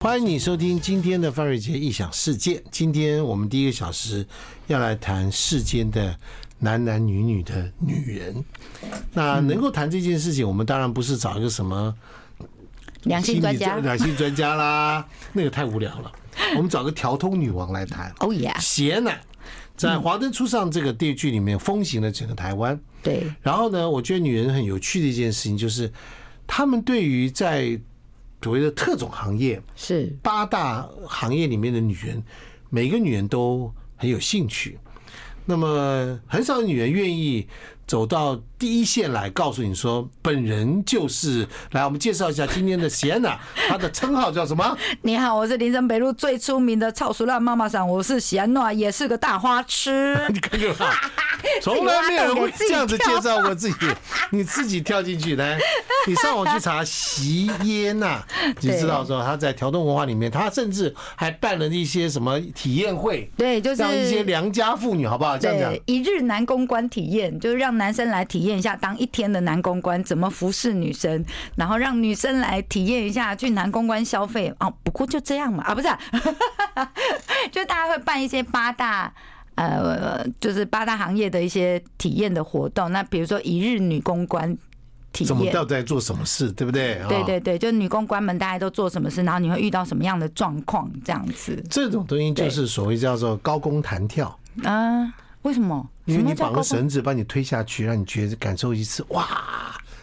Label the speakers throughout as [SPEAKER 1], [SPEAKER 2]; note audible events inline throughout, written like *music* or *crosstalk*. [SPEAKER 1] 欢迎你收听今天的范瑞杰异想世界。今天我们第一个小时要来谈世间的男男女女的女人。那
[SPEAKER 2] 嗯
[SPEAKER 1] 能够谈这件事情，我们当然不是找一个什么
[SPEAKER 2] 两性专
[SPEAKER 1] 心
[SPEAKER 2] 家
[SPEAKER 1] 理，两性专 *laughs* 家啦，那个太无聊了。我们找个调通女王来谈。
[SPEAKER 2] 哦耶，
[SPEAKER 1] 斜奶在
[SPEAKER 2] 嗯
[SPEAKER 1] 《华灯初上》这个电剧里面风行了整个台湾。
[SPEAKER 2] 对，
[SPEAKER 1] 然后呢，我觉得女人很有趣的一件事情就是，她们对于在所谓的特种行业。
[SPEAKER 2] 是
[SPEAKER 1] 八大行业里面的女人，每个女人都很有兴趣。那么很少有女人愿意走到第一线来，告诉你说本人就是来。我们介绍一下今天的 Sienna，她的称号叫什么？ *laughs*
[SPEAKER 2] 你好，我是林森北路最出名的超熟辣妈妈桑，我是喜安诺，啊也是个大花痴。
[SPEAKER 1] 你看看吧，从来没有人会这样子介绍过自己，你自己跳进去来，你上网去查席耶娜，你就知道说她在调动文化里面，她甚至还办了一些什么体验会，
[SPEAKER 2] *laughs* 对，就是
[SPEAKER 1] 让一些良家妇女好不好？这样讲
[SPEAKER 2] 对。一日男公关体验，就是让男生来体验一下当一天的男公关怎么服侍女生，然后让女生来体验一下去男公关消费哦。不过就这样嘛，啊，不是啊、 *laughs* 就大家会办一些八大。呃，就是八大行业的一些体验的活动，那比如说一日女公关体
[SPEAKER 1] 怎么
[SPEAKER 2] 验，
[SPEAKER 1] 到底在做什么事，对不对？啊
[SPEAKER 2] 对对对，就女公关们大家都做什么事，然后你会遇到什么样的状况这样子
[SPEAKER 1] 这种东西就是所谓叫做高空弹跳，
[SPEAKER 2] 啊、为什么？
[SPEAKER 1] 因
[SPEAKER 2] 什
[SPEAKER 1] 为
[SPEAKER 2] 么
[SPEAKER 1] 你
[SPEAKER 2] 叫
[SPEAKER 1] 绑
[SPEAKER 2] 高
[SPEAKER 1] 个
[SPEAKER 2] 空
[SPEAKER 1] 绳子把你推下去，让你觉得感受一次哇，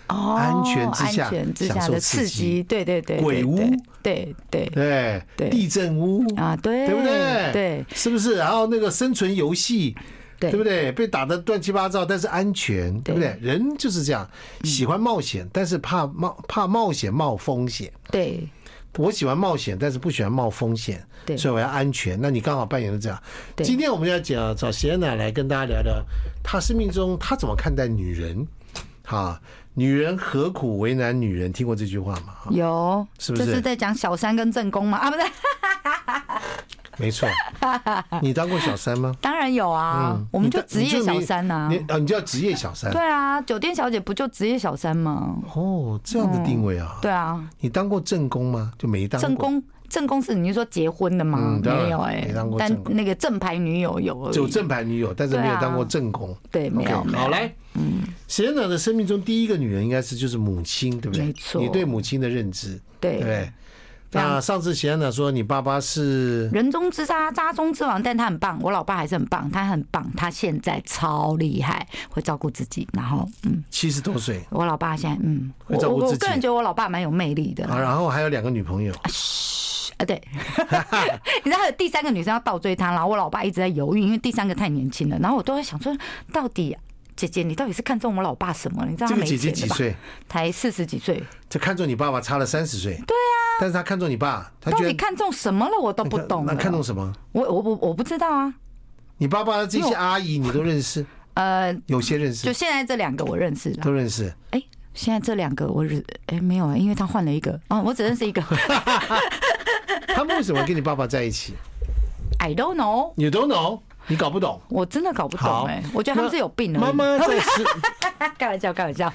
[SPEAKER 2] 哦，
[SPEAKER 1] 安全之下
[SPEAKER 2] 安全之
[SPEAKER 1] 享
[SPEAKER 2] 下
[SPEAKER 1] 受
[SPEAKER 2] 的
[SPEAKER 1] 刺
[SPEAKER 2] 刺
[SPEAKER 1] 激
[SPEAKER 2] 激，对对对，对
[SPEAKER 1] 鬼屋，
[SPEAKER 2] 对对对
[SPEAKER 1] 对，
[SPEAKER 2] 对
[SPEAKER 1] 哎地震屋，
[SPEAKER 2] 啊，对，
[SPEAKER 1] 对不对？
[SPEAKER 2] 对，
[SPEAKER 1] 是不是？然后那个生存游戏。
[SPEAKER 2] 对
[SPEAKER 1] 对不对？被打得乱七八糟，但是安全，对不对？人就是这样，喜欢冒险，但是怕冒怕冒险冒风险。
[SPEAKER 2] 对
[SPEAKER 1] 我喜欢冒险，但是不喜欢冒风险，
[SPEAKER 2] 对
[SPEAKER 1] 所以我要安全。那你刚好扮演了这样。
[SPEAKER 2] 对
[SPEAKER 1] 今天我们要讲找贤奶来跟大家聊聊，她生命中她怎么看待女人？哈、女人何苦为难女人？听过这句话吗？哈
[SPEAKER 2] 有，
[SPEAKER 1] 是不是
[SPEAKER 2] 这是在讲小三跟正宫嘛？啊，不是，
[SPEAKER 1] 没
[SPEAKER 2] *laughs*
[SPEAKER 1] 错，你当过小三吗？
[SPEAKER 2] 当然有啊，我们
[SPEAKER 1] 你
[SPEAKER 2] 就
[SPEAKER 1] 当
[SPEAKER 2] 职业
[SPEAKER 1] 你就
[SPEAKER 2] 小
[SPEAKER 1] 没
[SPEAKER 2] 三呐、
[SPEAKER 1] 嗯你啊，你叫职业小三
[SPEAKER 2] 对。啊，酒店小姐不就职业小三吗？
[SPEAKER 1] 哦，这样的定位啊。
[SPEAKER 2] 对啊，
[SPEAKER 1] 你当过正宫吗？就没当过。
[SPEAKER 2] 正宫正宫是你是说结婚的吗？
[SPEAKER 1] 嗯当然
[SPEAKER 2] 没有哎、
[SPEAKER 1] 没当过正
[SPEAKER 2] 但
[SPEAKER 1] 宫
[SPEAKER 2] 那个正牌女友有而已
[SPEAKER 1] 只有正牌女友，但是没有当过正宫。
[SPEAKER 2] 对，啊没
[SPEAKER 1] OK，
[SPEAKER 2] 有没有
[SPEAKER 1] 好来，嗯，贤娜的生命中第一个女人应该是就是母亲，对不对？
[SPEAKER 2] 没错
[SPEAKER 1] 你对母亲的认知，对不
[SPEAKER 2] 对。
[SPEAKER 1] 对？那上次贤娜说你爸爸是
[SPEAKER 2] 人中之渣，渣中之王，但他很棒，我老爸还是很棒，他很棒，他现在超厉害，会照顾自己。然后，嗯，
[SPEAKER 1] 七十多岁
[SPEAKER 2] 我老爸现在，嗯，
[SPEAKER 1] 会
[SPEAKER 2] 我
[SPEAKER 1] 照顾
[SPEAKER 2] 我
[SPEAKER 1] 自
[SPEAKER 2] 我
[SPEAKER 1] 己
[SPEAKER 2] 个人觉得我老爸蛮有魅力的
[SPEAKER 1] 啊，然后还有两个女朋友，
[SPEAKER 2] 啊，对， *laughs* 你知道还有第三个女生要倒追他，然后我老爸一直在犹豫，因为第三个太年轻了，然后我都在想说，到底姐姐你到底是看中我老爸什么？你知道
[SPEAKER 1] 这
[SPEAKER 2] 他
[SPEAKER 1] 个
[SPEAKER 2] 没
[SPEAKER 1] 姐姐
[SPEAKER 2] 钱
[SPEAKER 1] 几
[SPEAKER 2] 的吧？
[SPEAKER 1] 岁？
[SPEAKER 2] 才四十几岁，
[SPEAKER 1] 这看中你爸爸差了三十岁，对啊，但是他看中你爸，他
[SPEAKER 2] 到
[SPEAKER 1] 觉
[SPEAKER 2] 底
[SPEAKER 1] 得
[SPEAKER 2] 看中什么了？我都不懂啊
[SPEAKER 1] 那
[SPEAKER 2] 了。
[SPEAKER 1] 看中什么？
[SPEAKER 2] 我我我我不知道啊，
[SPEAKER 1] 你爸爸这些阿姨你都认识，
[SPEAKER 2] 呃，
[SPEAKER 1] 有些认识
[SPEAKER 2] 就，现在这两个我认识了。
[SPEAKER 1] 都认识。
[SPEAKER 2] 哎、现在这两个我只哎、没有啊，因为他换了一个哦，我只认
[SPEAKER 1] *laughs*
[SPEAKER 2] 识一个
[SPEAKER 1] 他们为什么跟你爸爸在一
[SPEAKER 2] *laughs*
[SPEAKER 1] 起？
[SPEAKER 2] ，I don't know，
[SPEAKER 1] 你都懂，你搞不懂。
[SPEAKER 2] 我真的搞不
[SPEAKER 1] 好
[SPEAKER 2] 懂哎、我觉得他们是有病的。
[SPEAKER 1] 妈妈在十，
[SPEAKER 2] *laughs*
[SPEAKER 1] *laughs*
[SPEAKER 2] 开玩笑，开玩笑，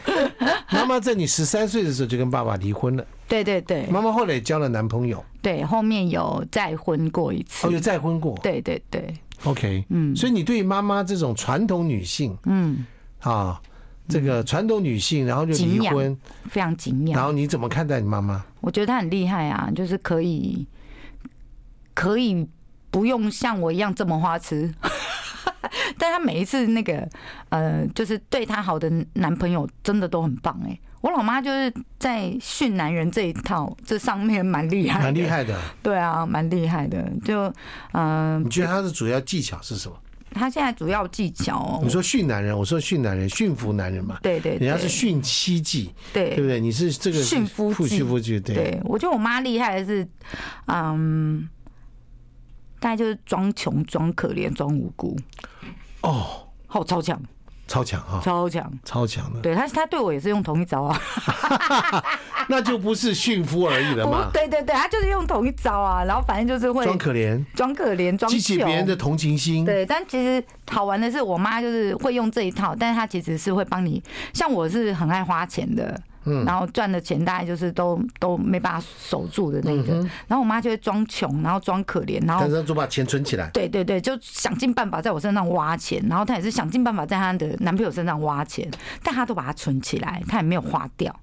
[SPEAKER 1] 妈妈在你十三岁的时候就跟爸爸离婚了。
[SPEAKER 2] 对对对
[SPEAKER 1] 妈妈后来也交了男朋友，
[SPEAKER 2] 对，后面有再婚过一次
[SPEAKER 1] 哦，，有再婚过。
[SPEAKER 2] 对对对，
[SPEAKER 1] OK，嗯，所以你对妈妈这种传统女性
[SPEAKER 2] 嗯，
[SPEAKER 1] 啊，这个传统女性，然后就离
[SPEAKER 2] 敬仰
[SPEAKER 1] 婚，
[SPEAKER 2] 非常敬
[SPEAKER 1] 然
[SPEAKER 2] 仰，
[SPEAKER 1] 后你怎么看待你妈
[SPEAKER 2] *laughs*
[SPEAKER 1] 妈？
[SPEAKER 2] 我觉得他很厉害啊，就是可以可以不用像我一样这么花痴。 *laughs* 但他每一次那个呃，就是对她好的男朋友真的都很棒哎、我老妈就是在训男人这一套，这上面蛮厉害，
[SPEAKER 1] 蛮
[SPEAKER 2] *laughs*
[SPEAKER 1] 厉，害的。
[SPEAKER 2] 对啊，蛮厉害的。就嗯、呃
[SPEAKER 1] 你觉得她的主要技巧是什么？
[SPEAKER 2] 他现在主要技巧哦
[SPEAKER 1] 你，说训男人，我说训男人，驯服男人嘛，
[SPEAKER 2] 对对对，
[SPEAKER 1] 人家是训妻技，对不
[SPEAKER 2] 对
[SPEAKER 1] 对？你是这个是
[SPEAKER 2] 驯服
[SPEAKER 1] 父
[SPEAKER 2] 技
[SPEAKER 1] 驯服技，对，
[SPEAKER 2] 对，我觉得我妈厉害的是，嗯，大概就是装穷、装可怜、装无辜，
[SPEAKER 1] 哦，
[SPEAKER 2] 哦，超强，
[SPEAKER 1] 超强哈，
[SPEAKER 2] 超强。
[SPEAKER 1] 超强的，
[SPEAKER 2] 对他，他对我也是用同一招啊，
[SPEAKER 1] 那就不是驯服而已了嘛
[SPEAKER 2] 不，， *laughs* 对对对，他就是用同一招啊，然后反正就是会
[SPEAKER 1] 装可怜，
[SPEAKER 2] 装可怜、装
[SPEAKER 1] 激起别人的
[SPEAKER 2] 穷。
[SPEAKER 1] 同情心，
[SPEAKER 2] 对，但其实好玩的是，我妈就是会用这一套，但是她其实是会帮你。像我是很爱花钱的，嗯，然后赚的钱大概就是都都没办法守住的那个。
[SPEAKER 1] 嗯
[SPEAKER 2] 然后我妈就会装穷，然后装可怜，然后
[SPEAKER 1] 但是就把钱存起来，
[SPEAKER 2] 对对对，就想尽办法在我身上挖钱，然后她也是想尽办法在她的男朋友身上挖钱，但她都把它存起来，她也没有花掉。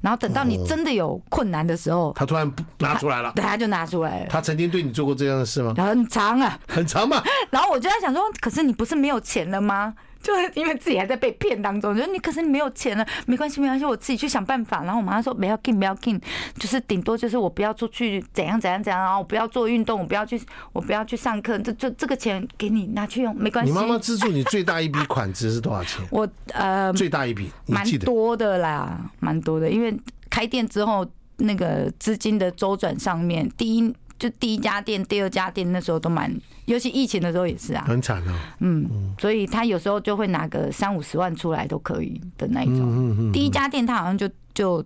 [SPEAKER 2] 然后等到
[SPEAKER 1] 哦
[SPEAKER 2] 你真的有困难的时候，
[SPEAKER 1] 他突然不拿出来了。
[SPEAKER 2] 对，她就拿出来了，
[SPEAKER 1] 他曾经对你做过这样的
[SPEAKER 2] *laughs*
[SPEAKER 1] 事吗？
[SPEAKER 2] 然后很长啊。
[SPEAKER 1] 很长嘛，
[SPEAKER 2] 然后我就在想说，可是你不是没有钱了吗？就是因为自己还在被骗当中，就是你可是你没有钱了，没关系没关系，我自己去想办法。然后我妈说不要进不要进，就是顶多就是我不要出去怎样怎样怎样，然后我不要做运动，我不要去我不要去上课，这这这个钱给你拿去用，没关
[SPEAKER 1] 你
[SPEAKER 2] 系。
[SPEAKER 1] 妈妈资助你最大一笔款值是多少钱？
[SPEAKER 2] 我呃
[SPEAKER 1] 最大一笔，你
[SPEAKER 2] 蛮
[SPEAKER 1] 记得？
[SPEAKER 2] 多的啦，蛮多的，因为开店之后那个资金的周转上面，第一就第一家店、第二家店那时候都蛮，尤其疫情的时候也是啊，
[SPEAKER 1] 很惨哦。
[SPEAKER 2] 嗯，所以他有时候就会拿个三五十万出来都可以的那一种。
[SPEAKER 1] 嗯嗯嗯
[SPEAKER 2] 第一家店他好像就就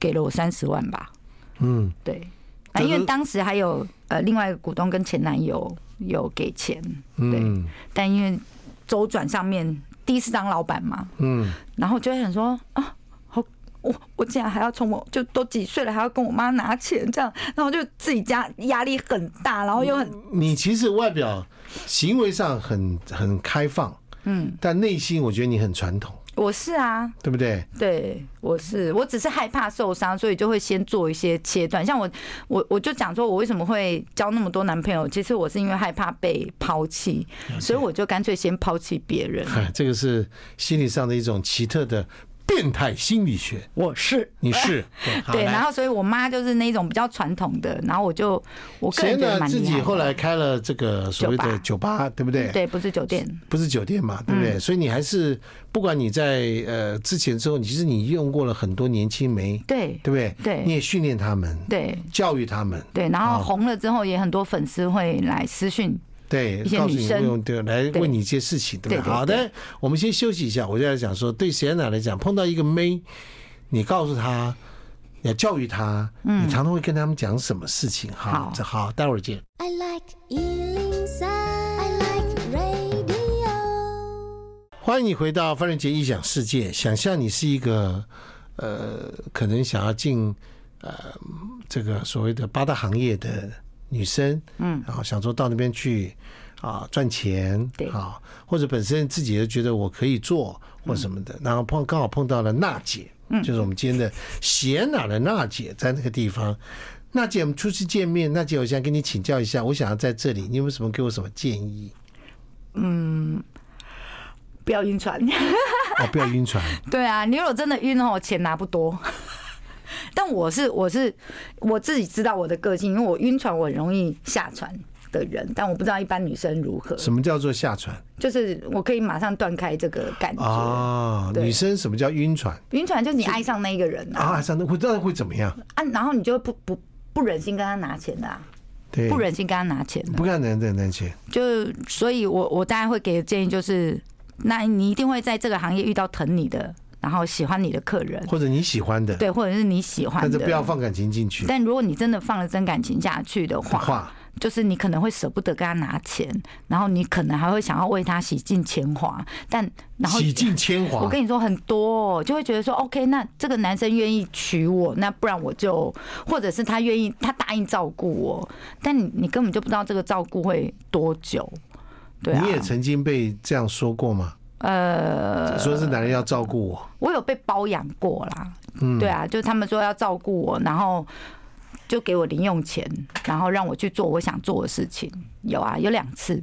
[SPEAKER 2] 给了我三十万吧，
[SPEAKER 1] 嗯，
[SPEAKER 2] 对，啊，
[SPEAKER 1] 就是
[SPEAKER 2] 因为当时还有呃另外一个股东跟前男友有给钱，
[SPEAKER 1] 嗯
[SPEAKER 2] 但因为周转上面第一次当老板嘛，
[SPEAKER 1] 嗯，
[SPEAKER 2] 然后就会想说啊，好，我我竟然还要从我就都几岁了还要跟我妈拿钱这样，然后就自己家压力很大，然后又很
[SPEAKER 1] 你其实外表行为上很很开放，
[SPEAKER 2] 嗯，
[SPEAKER 1] 但内心我觉得你很传统，
[SPEAKER 2] 我是啊，
[SPEAKER 1] 对不对？ *laughs*
[SPEAKER 2] 对，我是我只是害怕受伤，所以就会先做一些切断。像我，我我就讲说，我为什么会交那么多男朋友？其实我是因为害怕被抛弃，所以我就干脆先抛弃别人。
[SPEAKER 1] 哎，这个是心理上的一种奇特的变态心理学。
[SPEAKER 2] 我是
[SPEAKER 1] 你
[SPEAKER 2] *laughs*
[SPEAKER 1] 是好
[SPEAKER 2] 对，
[SPEAKER 1] 来
[SPEAKER 2] 然后所以我妈就是那种比较传统的，然后我就我个
[SPEAKER 1] 谁
[SPEAKER 2] 人觉得
[SPEAKER 1] 呢？
[SPEAKER 2] 蛮
[SPEAKER 1] 自
[SPEAKER 2] 厉
[SPEAKER 1] 己
[SPEAKER 2] 害
[SPEAKER 1] 后
[SPEAKER 2] 的。
[SPEAKER 1] 来开了这个所谓的酒吧，对不对？
[SPEAKER 2] 对，不是酒店，
[SPEAKER 1] 不是酒店嘛，对不对？所以你还是不管你在呃之前之后，你其实你用过了很多年轻媒，
[SPEAKER 2] 对
[SPEAKER 1] 对不对？
[SPEAKER 2] 对
[SPEAKER 1] 你也训练他们，
[SPEAKER 2] 对
[SPEAKER 1] 教育他们，
[SPEAKER 2] 对，然后红了之后也很多粉丝会来私讯，
[SPEAKER 1] 对，
[SPEAKER 2] 一些
[SPEAKER 1] 告诉
[SPEAKER 2] 女
[SPEAKER 1] 你
[SPEAKER 2] 生
[SPEAKER 1] 用对来
[SPEAKER 2] 对
[SPEAKER 1] 问你一些事情，对不对？
[SPEAKER 2] 对对
[SPEAKER 1] 好的，我们先休息一下，我就要讲说，对谁奶来讲，碰到一个妹，你告诉她，你要教育她，你常常会跟他们讲什么事情？好
[SPEAKER 2] 好，
[SPEAKER 1] 这好，待会儿见。
[SPEAKER 3] I like Ealing Sound. I like radio.
[SPEAKER 1] 欢迎你回到范仁杰异想世界。想象你是一个呃，可能想要进呃这个所谓的八大行业的女生，嗯，然后想说到那边去啊赚钱，
[SPEAKER 2] 对
[SPEAKER 1] 啊，或者本身自己也觉得我可以做或什么的，然后碰刚好碰到了娜姐，嗯，就是我们今天的斜哪的娜姐在那个地方。娜姐，我们初次见面，娜姐，我想跟你请教一下，我想要在这里，你有没有什么给我什么建议？
[SPEAKER 2] 不要晕船。
[SPEAKER 1] 哦，不要晕 *laughs* 船，
[SPEAKER 2] *laughs* 对啊，你如果真的晕哦，钱拿不多。 *laughs* 但我是我是我自己知道我的个性，因为我晕船我很容易下船的人，但我不知道一般女生如何，
[SPEAKER 1] 什么叫做下船？
[SPEAKER 2] 就是我可以马上断开这个感觉。
[SPEAKER 1] 啊，
[SPEAKER 2] 对
[SPEAKER 1] 女生什么叫晕船
[SPEAKER 2] 晕船就是你爱上那一个人啊
[SPEAKER 1] 啊？上那会那会怎么样？
[SPEAKER 2] 啊，然后你就不不不忍心跟他拿钱的、啊，
[SPEAKER 1] 对，
[SPEAKER 2] 不忍心跟他拿钱的、啊
[SPEAKER 1] 不干男的男钱，
[SPEAKER 2] 就所以我我大概会给的建议就是，那你一定会在这个行业遇到疼你的，然后喜欢你的客人，
[SPEAKER 1] 或者你喜欢的，
[SPEAKER 2] 对，或者是你喜欢
[SPEAKER 1] 哦但是
[SPEAKER 2] 的，
[SPEAKER 1] 不要放感情进去。
[SPEAKER 2] 但如果你真的放了真感情下去的话，
[SPEAKER 1] 话
[SPEAKER 2] 就是你可能会舍不得跟他拿钱，然后你可能还会想要为他洗尽铅华，但然后
[SPEAKER 1] 洗尽铅华
[SPEAKER 2] 我，跟你说很多、哦，就会觉得说 OK，那这个男生愿意娶我，那不然我就，或者是他愿意，他答应照顾我，但你你根本就不知道这个照顾会多久，对啊
[SPEAKER 1] 你，也曾经被这样说过吗？
[SPEAKER 2] 呃，
[SPEAKER 1] 说是男人要照顾我，
[SPEAKER 2] 我有被包养过啦，
[SPEAKER 1] 嗯
[SPEAKER 2] 对啊，就他们说要照顾我，然后就给我零用钱，然后让我去做我想做的事情，有啊，有两次，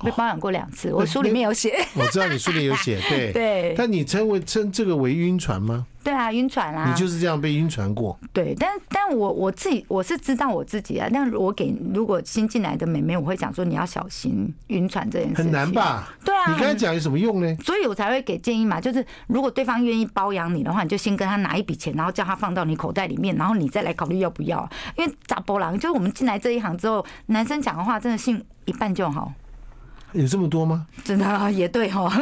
[SPEAKER 1] 哦
[SPEAKER 2] 被包养过两次，我书里面有写。
[SPEAKER 1] 我知道你书里有
[SPEAKER 2] *laughs*
[SPEAKER 1] 写，对
[SPEAKER 2] 对
[SPEAKER 1] 但你称为称这个为晕船吗？
[SPEAKER 2] 对啊，晕船啦、
[SPEAKER 1] 你就是这样被晕船过，
[SPEAKER 2] 对，但但我我自己我是知道我自己啊，但我给如果新进来的妹妹，我会讲说你要小心晕船这件事情，
[SPEAKER 1] 很难？吧？
[SPEAKER 2] 对啊
[SPEAKER 1] 你刚才讲有什么用呢？
[SPEAKER 2] 所以我才会给建议嘛，就是如果对方愿意包养你的话，你就先跟他拿一笔钱，然后叫他放到你口袋里面，然后你再来考虑要不要啊。因为扎波郎就是我们进来这一行之后，男生讲的话真的信一半就好，
[SPEAKER 1] 有这么多吗？
[SPEAKER 2] 真的啊 *laughs* 也对哈。啊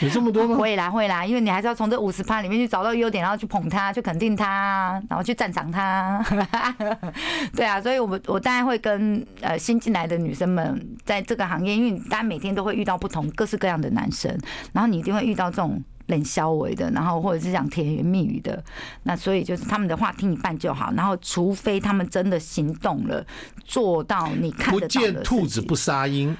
[SPEAKER 1] 有这么多吗？
[SPEAKER 2] 会啦会啦，因为你还是要从这五十趴里面去找到优点，然后去捧他，去肯定他，然后去赞赏他。 *laughs* 对啊，所以我们我大概会跟呃新进来的女生们，在这个行业，因为大家每天都会遇到不同各式各样的男生，然后你一定会遇到这种。冷消维的，然后或者是讲甜言蜜语的，那所以就是他们的话听一半就好，然后除非他们真的行动了，做到你看得
[SPEAKER 1] 不
[SPEAKER 2] 到的
[SPEAKER 1] 见兔子
[SPEAKER 2] 事情
[SPEAKER 1] 不撒鹰，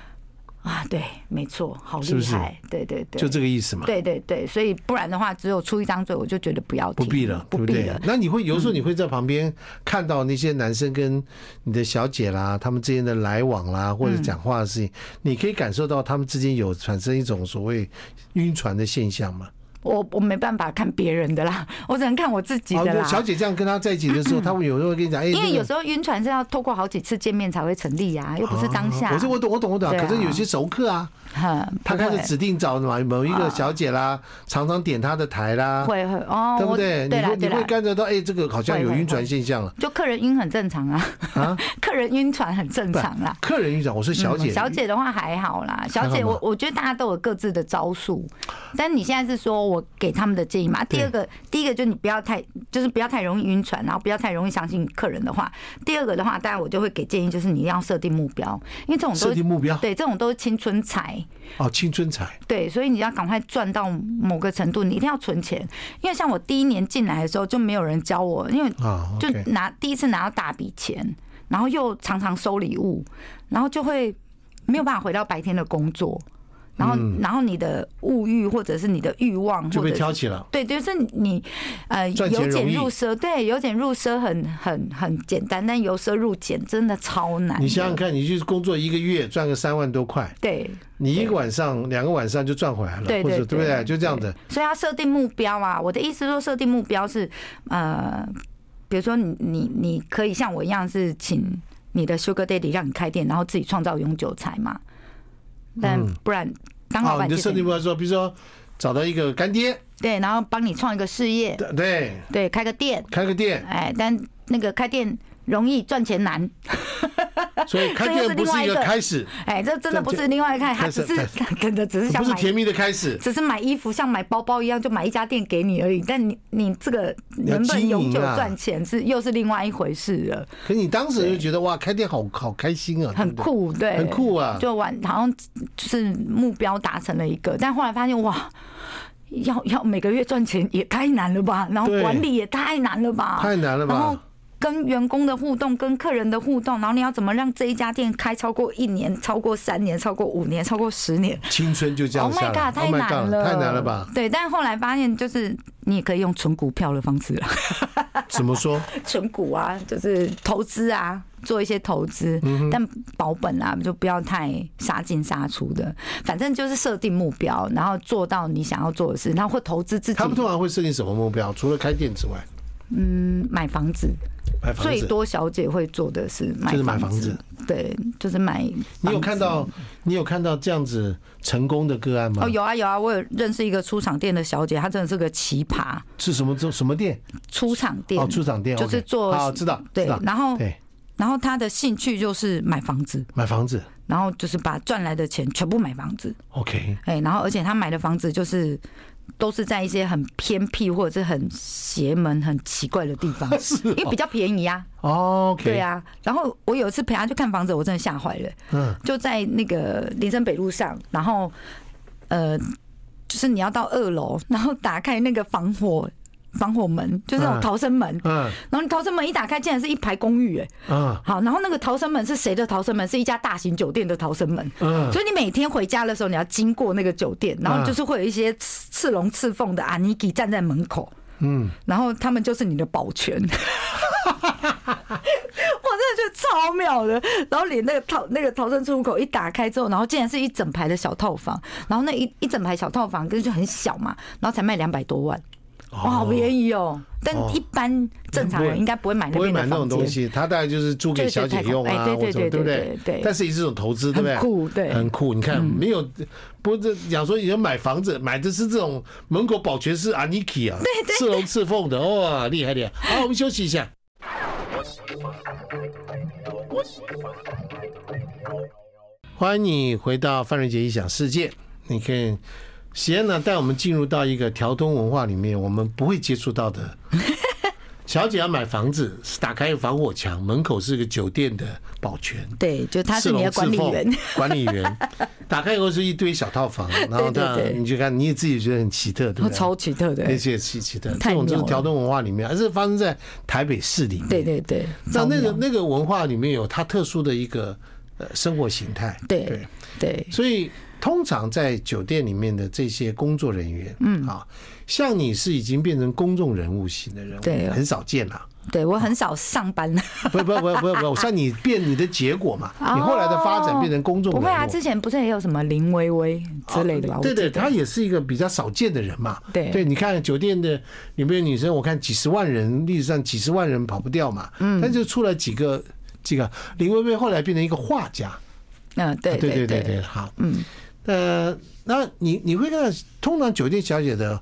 [SPEAKER 2] 啊，对，没错，好厉害，
[SPEAKER 1] 是不是
[SPEAKER 2] 对对对，
[SPEAKER 1] 就这个意思嘛。
[SPEAKER 2] 对对对，所以不然的话，只有出一张嘴，我就觉得不要
[SPEAKER 1] 不
[SPEAKER 2] 听，
[SPEAKER 1] 必了，
[SPEAKER 2] 不
[SPEAKER 1] 对不
[SPEAKER 2] 必
[SPEAKER 1] 对
[SPEAKER 2] 了？。
[SPEAKER 1] 那你会有时候你会在旁边看到那些男生跟你的小姐
[SPEAKER 2] 嗯
[SPEAKER 1] 啦，他们之间的来往啦，或者讲话的事情，你可以感受到他们之间有产生一种所谓晕船的现象嘛？
[SPEAKER 2] 我我没办法看别人的啦， *laughs* 我只能看我自己
[SPEAKER 1] 哦
[SPEAKER 2] 的
[SPEAKER 1] 那
[SPEAKER 2] 啦。
[SPEAKER 1] 小姐这样跟他在一起的
[SPEAKER 2] *clears throat*
[SPEAKER 1] 时候，他会有时候会跟你讲，哎，
[SPEAKER 2] 因为
[SPEAKER 1] 那个
[SPEAKER 2] 有时候晕船是要透过好几次见面才会成立呀、又不是当下。
[SPEAKER 1] 啊我说我懂，我懂，我懂。
[SPEAKER 2] 对啊
[SPEAKER 1] 可是有些熟客啊，
[SPEAKER 2] 哼，
[SPEAKER 1] 他
[SPEAKER 2] 不会啊
[SPEAKER 1] 开始指定找某某一个小姐啦，常常点她的台啦，
[SPEAKER 2] 会会哦，
[SPEAKER 1] 啊对不
[SPEAKER 2] 我
[SPEAKER 1] 对？你
[SPEAKER 2] 对啦
[SPEAKER 1] 会你
[SPEAKER 2] 对
[SPEAKER 1] 会
[SPEAKER 2] 啦，
[SPEAKER 1] 感觉到，哎，这个好像有
[SPEAKER 2] 会会
[SPEAKER 1] 晕船现象了
[SPEAKER 2] 就客人晕很正常啊，
[SPEAKER 1] 啊。
[SPEAKER 2] *laughs* 客人晕船很正
[SPEAKER 1] 不
[SPEAKER 2] 常啦。
[SPEAKER 1] 客人晕船，我说小姐，
[SPEAKER 2] 嗯小姐的话还好啦，小姐
[SPEAKER 1] 还好
[SPEAKER 2] 我
[SPEAKER 1] 吗
[SPEAKER 2] 我觉得大家都有各自的招数，但你现在是说我给他们的建议嘛？
[SPEAKER 1] 对
[SPEAKER 2] 第二个，第一个就你不要太，就是不要太容易晕船，然后不要太容易相信客人的话。第二个的话，当然我就会给建议，就是你要设定目标，因为这种
[SPEAKER 1] 设
[SPEAKER 2] 都
[SPEAKER 1] 定
[SPEAKER 2] 是
[SPEAKER 1] 目标
[SPEAKER 2] 对这种都是青春财，
[SPEAKER 1] 哦，青春彩
[SPEAKER 2] 对，所以你要赶快赚到某个程度，你一定要存钱，因为像我第一年进来的时候就没有人教我，因为
[SPEAKER 1] 啊
[SPEAKER 2] 就嗯
[SPEAKER 1] ，OK，
[SPEAKER 2] 拿第一次拿到大笔钱，然后又常常收礼物，然后就会没有办法回到白天的工作，然后、然后你的物欲或者是你的欲望
[SPEAKER 1] 嗯就
[SPEAKER 2] 或
[SPEAKER 1] 被
[SPEAKER 2] 者
[SPEAKER 1] 挑
[SPEAKER 2] 是
[SPEAKER 1] 起了。
[SPEAKER 2] 对，就是你呃
[SPEAKER 1] 赚钱
[SPEAKER 2] 由俭
[SPEAKER 1] 容易
[SPEAKER 2] 入奢，对，由俭入奢很很很简单，但由奢入俭真的超难的。
[SPEAKER 1] 你想想看，你去工作一个月赚个三万多块，
[SPEAKER 2] 对，
[SPEAKER 1] 你一个晚上、两个晚上就赚回来了，
[SPEAKER 2] 对
[SPEAKER 1] 或者
[SPEAKER 2] 对
[SPEAKER 1] 对不对？
[SPEAKER 2] 对
[SPEAKER 1] 就这样子，
[SPEAKER 2] 所以要设定目标啊。我的意思说，设定目标是呃，比如说你你你可以像我一样是请你的 Sugar Daddy 让你开店，然后自己创造永久财嘛。但不然当
[SPEAKER 1] 嗯
[SPEAKER 2] 老
[SPEAKER 1] 哦，
[SPEAKER 2] 板
[SPEAKER 1] 你的
[SPEAKER 2] 就
[SPEAKER 1] 设
[SPEAKER 2] 是
[SPEAKER 1] 定目
[SPEAKER 2] 你
[SPEAKER 1] 标说，比如说找到一个干爹，
[SPEAKER 2] 对，然后帮你创一个事业，
[SPEAKER 1] 对对，
[SPEAKER 2] 对，开个店，
[SPEAKER 1] 开个店，
[SPEAKER 2] 哎，但那个开店。容易赚钱难，
[SPEAKER 1] 所
[SPEAKER 2] *laughs*
[SPEAKER 1] 以开店不是一个开始，
[SPEAKER 2] 哎，这真的不是另外一看，他只是
[SPEAKER 1] 但
[SPEAKER 2] *laughs* 真的只是
[SPEAKER 1] 不
[SPEAKER 2] 想
[SPEAKER 1] 是
[SPEAKER 2] 买
[SPEAKER 1] 甜蜜的开始，
[SPEAKER 2] 只是买衣服像买包包一样，就买一家店给你而已。但你你这个
[SPEAKER 1] 要
[SPEAKER 2] 能不能永久
[SPEAKER 1] 经营啊
[SPEAKER 2] 赚钱是又是另外一回事了，
[SPEAKER 1] 可你当时就觉得哇，开店好好开心啊，对
[SPEAKER 2] 很
[SPEAKER 1] 不对，
[SPEAKER 2] 酷，对，
[SPEAKER 1] 很酷啊，
[SPEAKER 2] 就完好像就是目标达成了一个，但后来发现哇。要要每个月赚钱也太难了吧，然后
[SPEAKER 1] 对
[SPEAKER 2] 管理也太难了吧，
[SPEAKER 1] 太难了
[SPEAKER 2] 啊然后
[SPEAKER 1] 吧？
[SPEAKER 2] 跟员工的互动，跟客人的互动，然后你要怎么让这一家店开超过一年、超过三年、超过五年、超过十年？
[SPEAKER 1] 青春就这样
[SPEAKER 2] Oh my
[SPEAKER 1] 下
[SPEAKER 2] god，
[SPEAKER 1] 来
[SPEAKER 2] 太难了，
[SPEAKER 1] 太难了吧？？
[SPEAKER 2] 对，但后来发现就是你也可以用存股票的方式啦，
[SPEAKER 1] 怎么
[SPEAKER 2] *laughs*
[SPEAKER 1] 说？
[SPEAKER 2] 存股啊，就是投资啊，做一些投资，
[SPEAKER 1] 嗯
[SPEAKER 2] 但保本啊，就不要太杀进杀出的，反正就是设定目标，然后做到你想要做的事，然后或投资自己
[SPEAKER 1] 他，们通常会设定什么目标？除了开店之外，
[SPEAKER 2] 嗯，买房子，
[SPEAKER 1] 买房
[SPEAKER 2] 最
[SPEAKER 1] 子。
[SPEAKER 2] 多小姐会做的是买
[SPEAKER 1] 就是买
[SPEAKER 2] 房
[SPEAKER 1] 房子，
[SPEAKER 2] 对，就是买房子。
[SPEAKER 1] 你有看到你有看到这样子成功的个案吗？
[SPEAKER 2] 哦，有啊有啊，我有认识一个出厂店的小姐，她真的是个奇葩。
[SPEAKER 1] 是什么什么店？
[SPEAKER 2] 出厂店
[SPEAKER 1] 哦，出厂店
[SPEAKER 2] 就是
[SPEAKER 1] OK
[SPEAKER 2] 做
[SPEAKER 1] 好知道
[SPEAKER 2] 对
[SPEAKER 1] 知道，
[SPEAKER 2] 然后
[SPEAKER 1] 对
[SPEAKER 2] 然后她的兴趣就是买房子，
[SPEAKER 1] 买房子
[SPEAKER 2] 然后就是把赚来的钱全部买房子，
[SPEAKER 1] ，OK，
[SPEAKER 2] 哎，然后而且她买的房子就是。都是在一些很偏僻或者是很邪门、很奇怪的
[SPEAKER 1] *laughs*
[SPEAKER 2] 地方，因为比较便宜啊，
[SPEAKER 1] 哦，OK，
[SPEAKER 2] 对，啊。然后我有一次陪她去看房子，我真的吓坏了。
[SPEAKER 1] 嗯，
[SPEAKER 2] 就在那个林森北路上，然后呃，就是你要到二楼，然后打开那个防火防火门，就是那种
[SPEAKER 1] 嗯
[SPEAKER 2] 逃生门，
[SPEAKER 1] 嗯
[SPEAKER 2] 然后你逃生门一打开，竟然是一排公寓，哎，
[SPEAKER 1] 嗯
[SPEAKER 2] 好，然后那个逃生门是谁的逃生门？是一家大型酒店的逃生门。
[SPEAKER 1] 嗯，
[SPEAKER 2] 所以你每天回家的时候，你要经过那个酒店，然后就是会有一些刺刺龙刺凤的阿尼基站在门口，
[SPEAKER 1] 嗯，
[SPEAKER 2] 然后他们就是你的保全。我真的觉得超妙，到的，然后连那个逃那个逃生出入口一打开之后，然后竟然是一整排的小套房，然后那一一整排小套房跟就很小嘛，然后才卖两百多万，哇，好便宜哦！但
[SPEAKER 1] 哦
[SPEAKER 2] 一般正常人应该不会买那
[SPEAKER 1] 不会
[SPEAKER 2] 边
[SPEAKER 1] 买
[SPEAKER 2] 的
[SPEAKER 1] 那种
[SPEAKER 2] 房
[SPEAKER 1] 东
[SPEAKER 2] 间。
[SPEAKER 1] 西，他大概就是租给小姐用啊，
[SPEAKER 2] 就
[SPEAKER 1] 或
[SPEAKER 2] 是太
[SPEAKER 1] 者
[SPEAKER 2] 空哎对对对
[SPEAKER 1] 对不
[SPEAKER 2] 对对对对
[SPEAKER 1] 但是也是一种投资，对不对？
[SPEAKER 2] 很酷对嗯
[SPEAKER 1] 很酷。你看，没有，不是讲说人买房子买的是这种蒙古保全是阿尼基啊，刺龙刺凤的，哇，厉害厉害。好，我们休息一下。欢迎你回到范瑞杰异想世界。你可以，喜安呢带我们进入到一个条东文化里面，我们不会接触到
[SPEAKER 2] *laughs*
[SPEAKER 1] 的。小姐要买房子，是打开防火墙，门口是个酒店的保全，
[SPEAKER 2] 对，就他是你的
[SPEAKER 1] 刺龙
[SPEAKER 2] 管理
[SPEAKER 1] 刺凤
[SPEAKER 2] 员，
[SPEAKER 1] *laughs* 管理员打开以后是一堆小套
[SPEAKER 2] *laughs*
[SPEAKER 1] 房，然后
[SPEAKER 2] 对
[SPEAKER 1] 当
[SPEAKER 2] 对
[SPEAKER 1] 然你就看你也自己觉得很奇特，对不
[SPEAKER 2] 我
[SPEAKER 1] 对？
[SPEAKER 2] 超奇特的
[SPEAKER 1] 那，些奇奇特，这
[SPEAKER 2] 太
[SPEAKER 1] 种就是
[SPEAKER 2] 妙了
[SPEAKER 1] 条东文化里面，而是发生在台北市里面。
[SPEAKER 2] 对对对，
[SPEAKER 1] 那
[SPEAKER 2] 超
[SPEAKER 1] 那个
[SPEAKER 2] 妙
[SPEAKER 1] 那个文化里面有它特殊的一个呃生活形态，
[SPEAKER 2] 对对
[SPEAKER 1] 所以通常在酒店里面的这些工作人员，嗯啊，像你是已经变成公众人物型的人物，
[SPEAKER 2] 对
[SPEAKER 1] 很少见啦。
[SPEAKER 2] 对，我很少
[SPEAKER 1] *laughs*
[SPEAKER 2] 上班。
[SPEAKER 1] 不不不不不，像你变你的结果嘛，你后来的发展变成公众
[SPEAKER 2] 哦不
[SPEAKER 1] 人物，哦
[SPEAKER 2] 会啊，之前不是也有什么林薇薇之类的吧？我
[SPEAKER 1] 啊对对，
[SPEAKER 2] 记得
[SPEAKER 1] 她也是一个比较少见的人嘛。
[SPEAKER 2] 对
[SPEAKER 1] 对，你看酒店的里面的女生，我看几十万人，历史上几十万人跑不掉嘛。嗯，但就出来几个几个林薇薇，后来变成一个画家。
[SPEAKER 2] 嗯，对
[SPEAKER 1] 啊对
[SPEAKER 2] 对
[SPEAKER 1] 对对，好，嗯，呃，那你你会看到，通常酒店小姐的，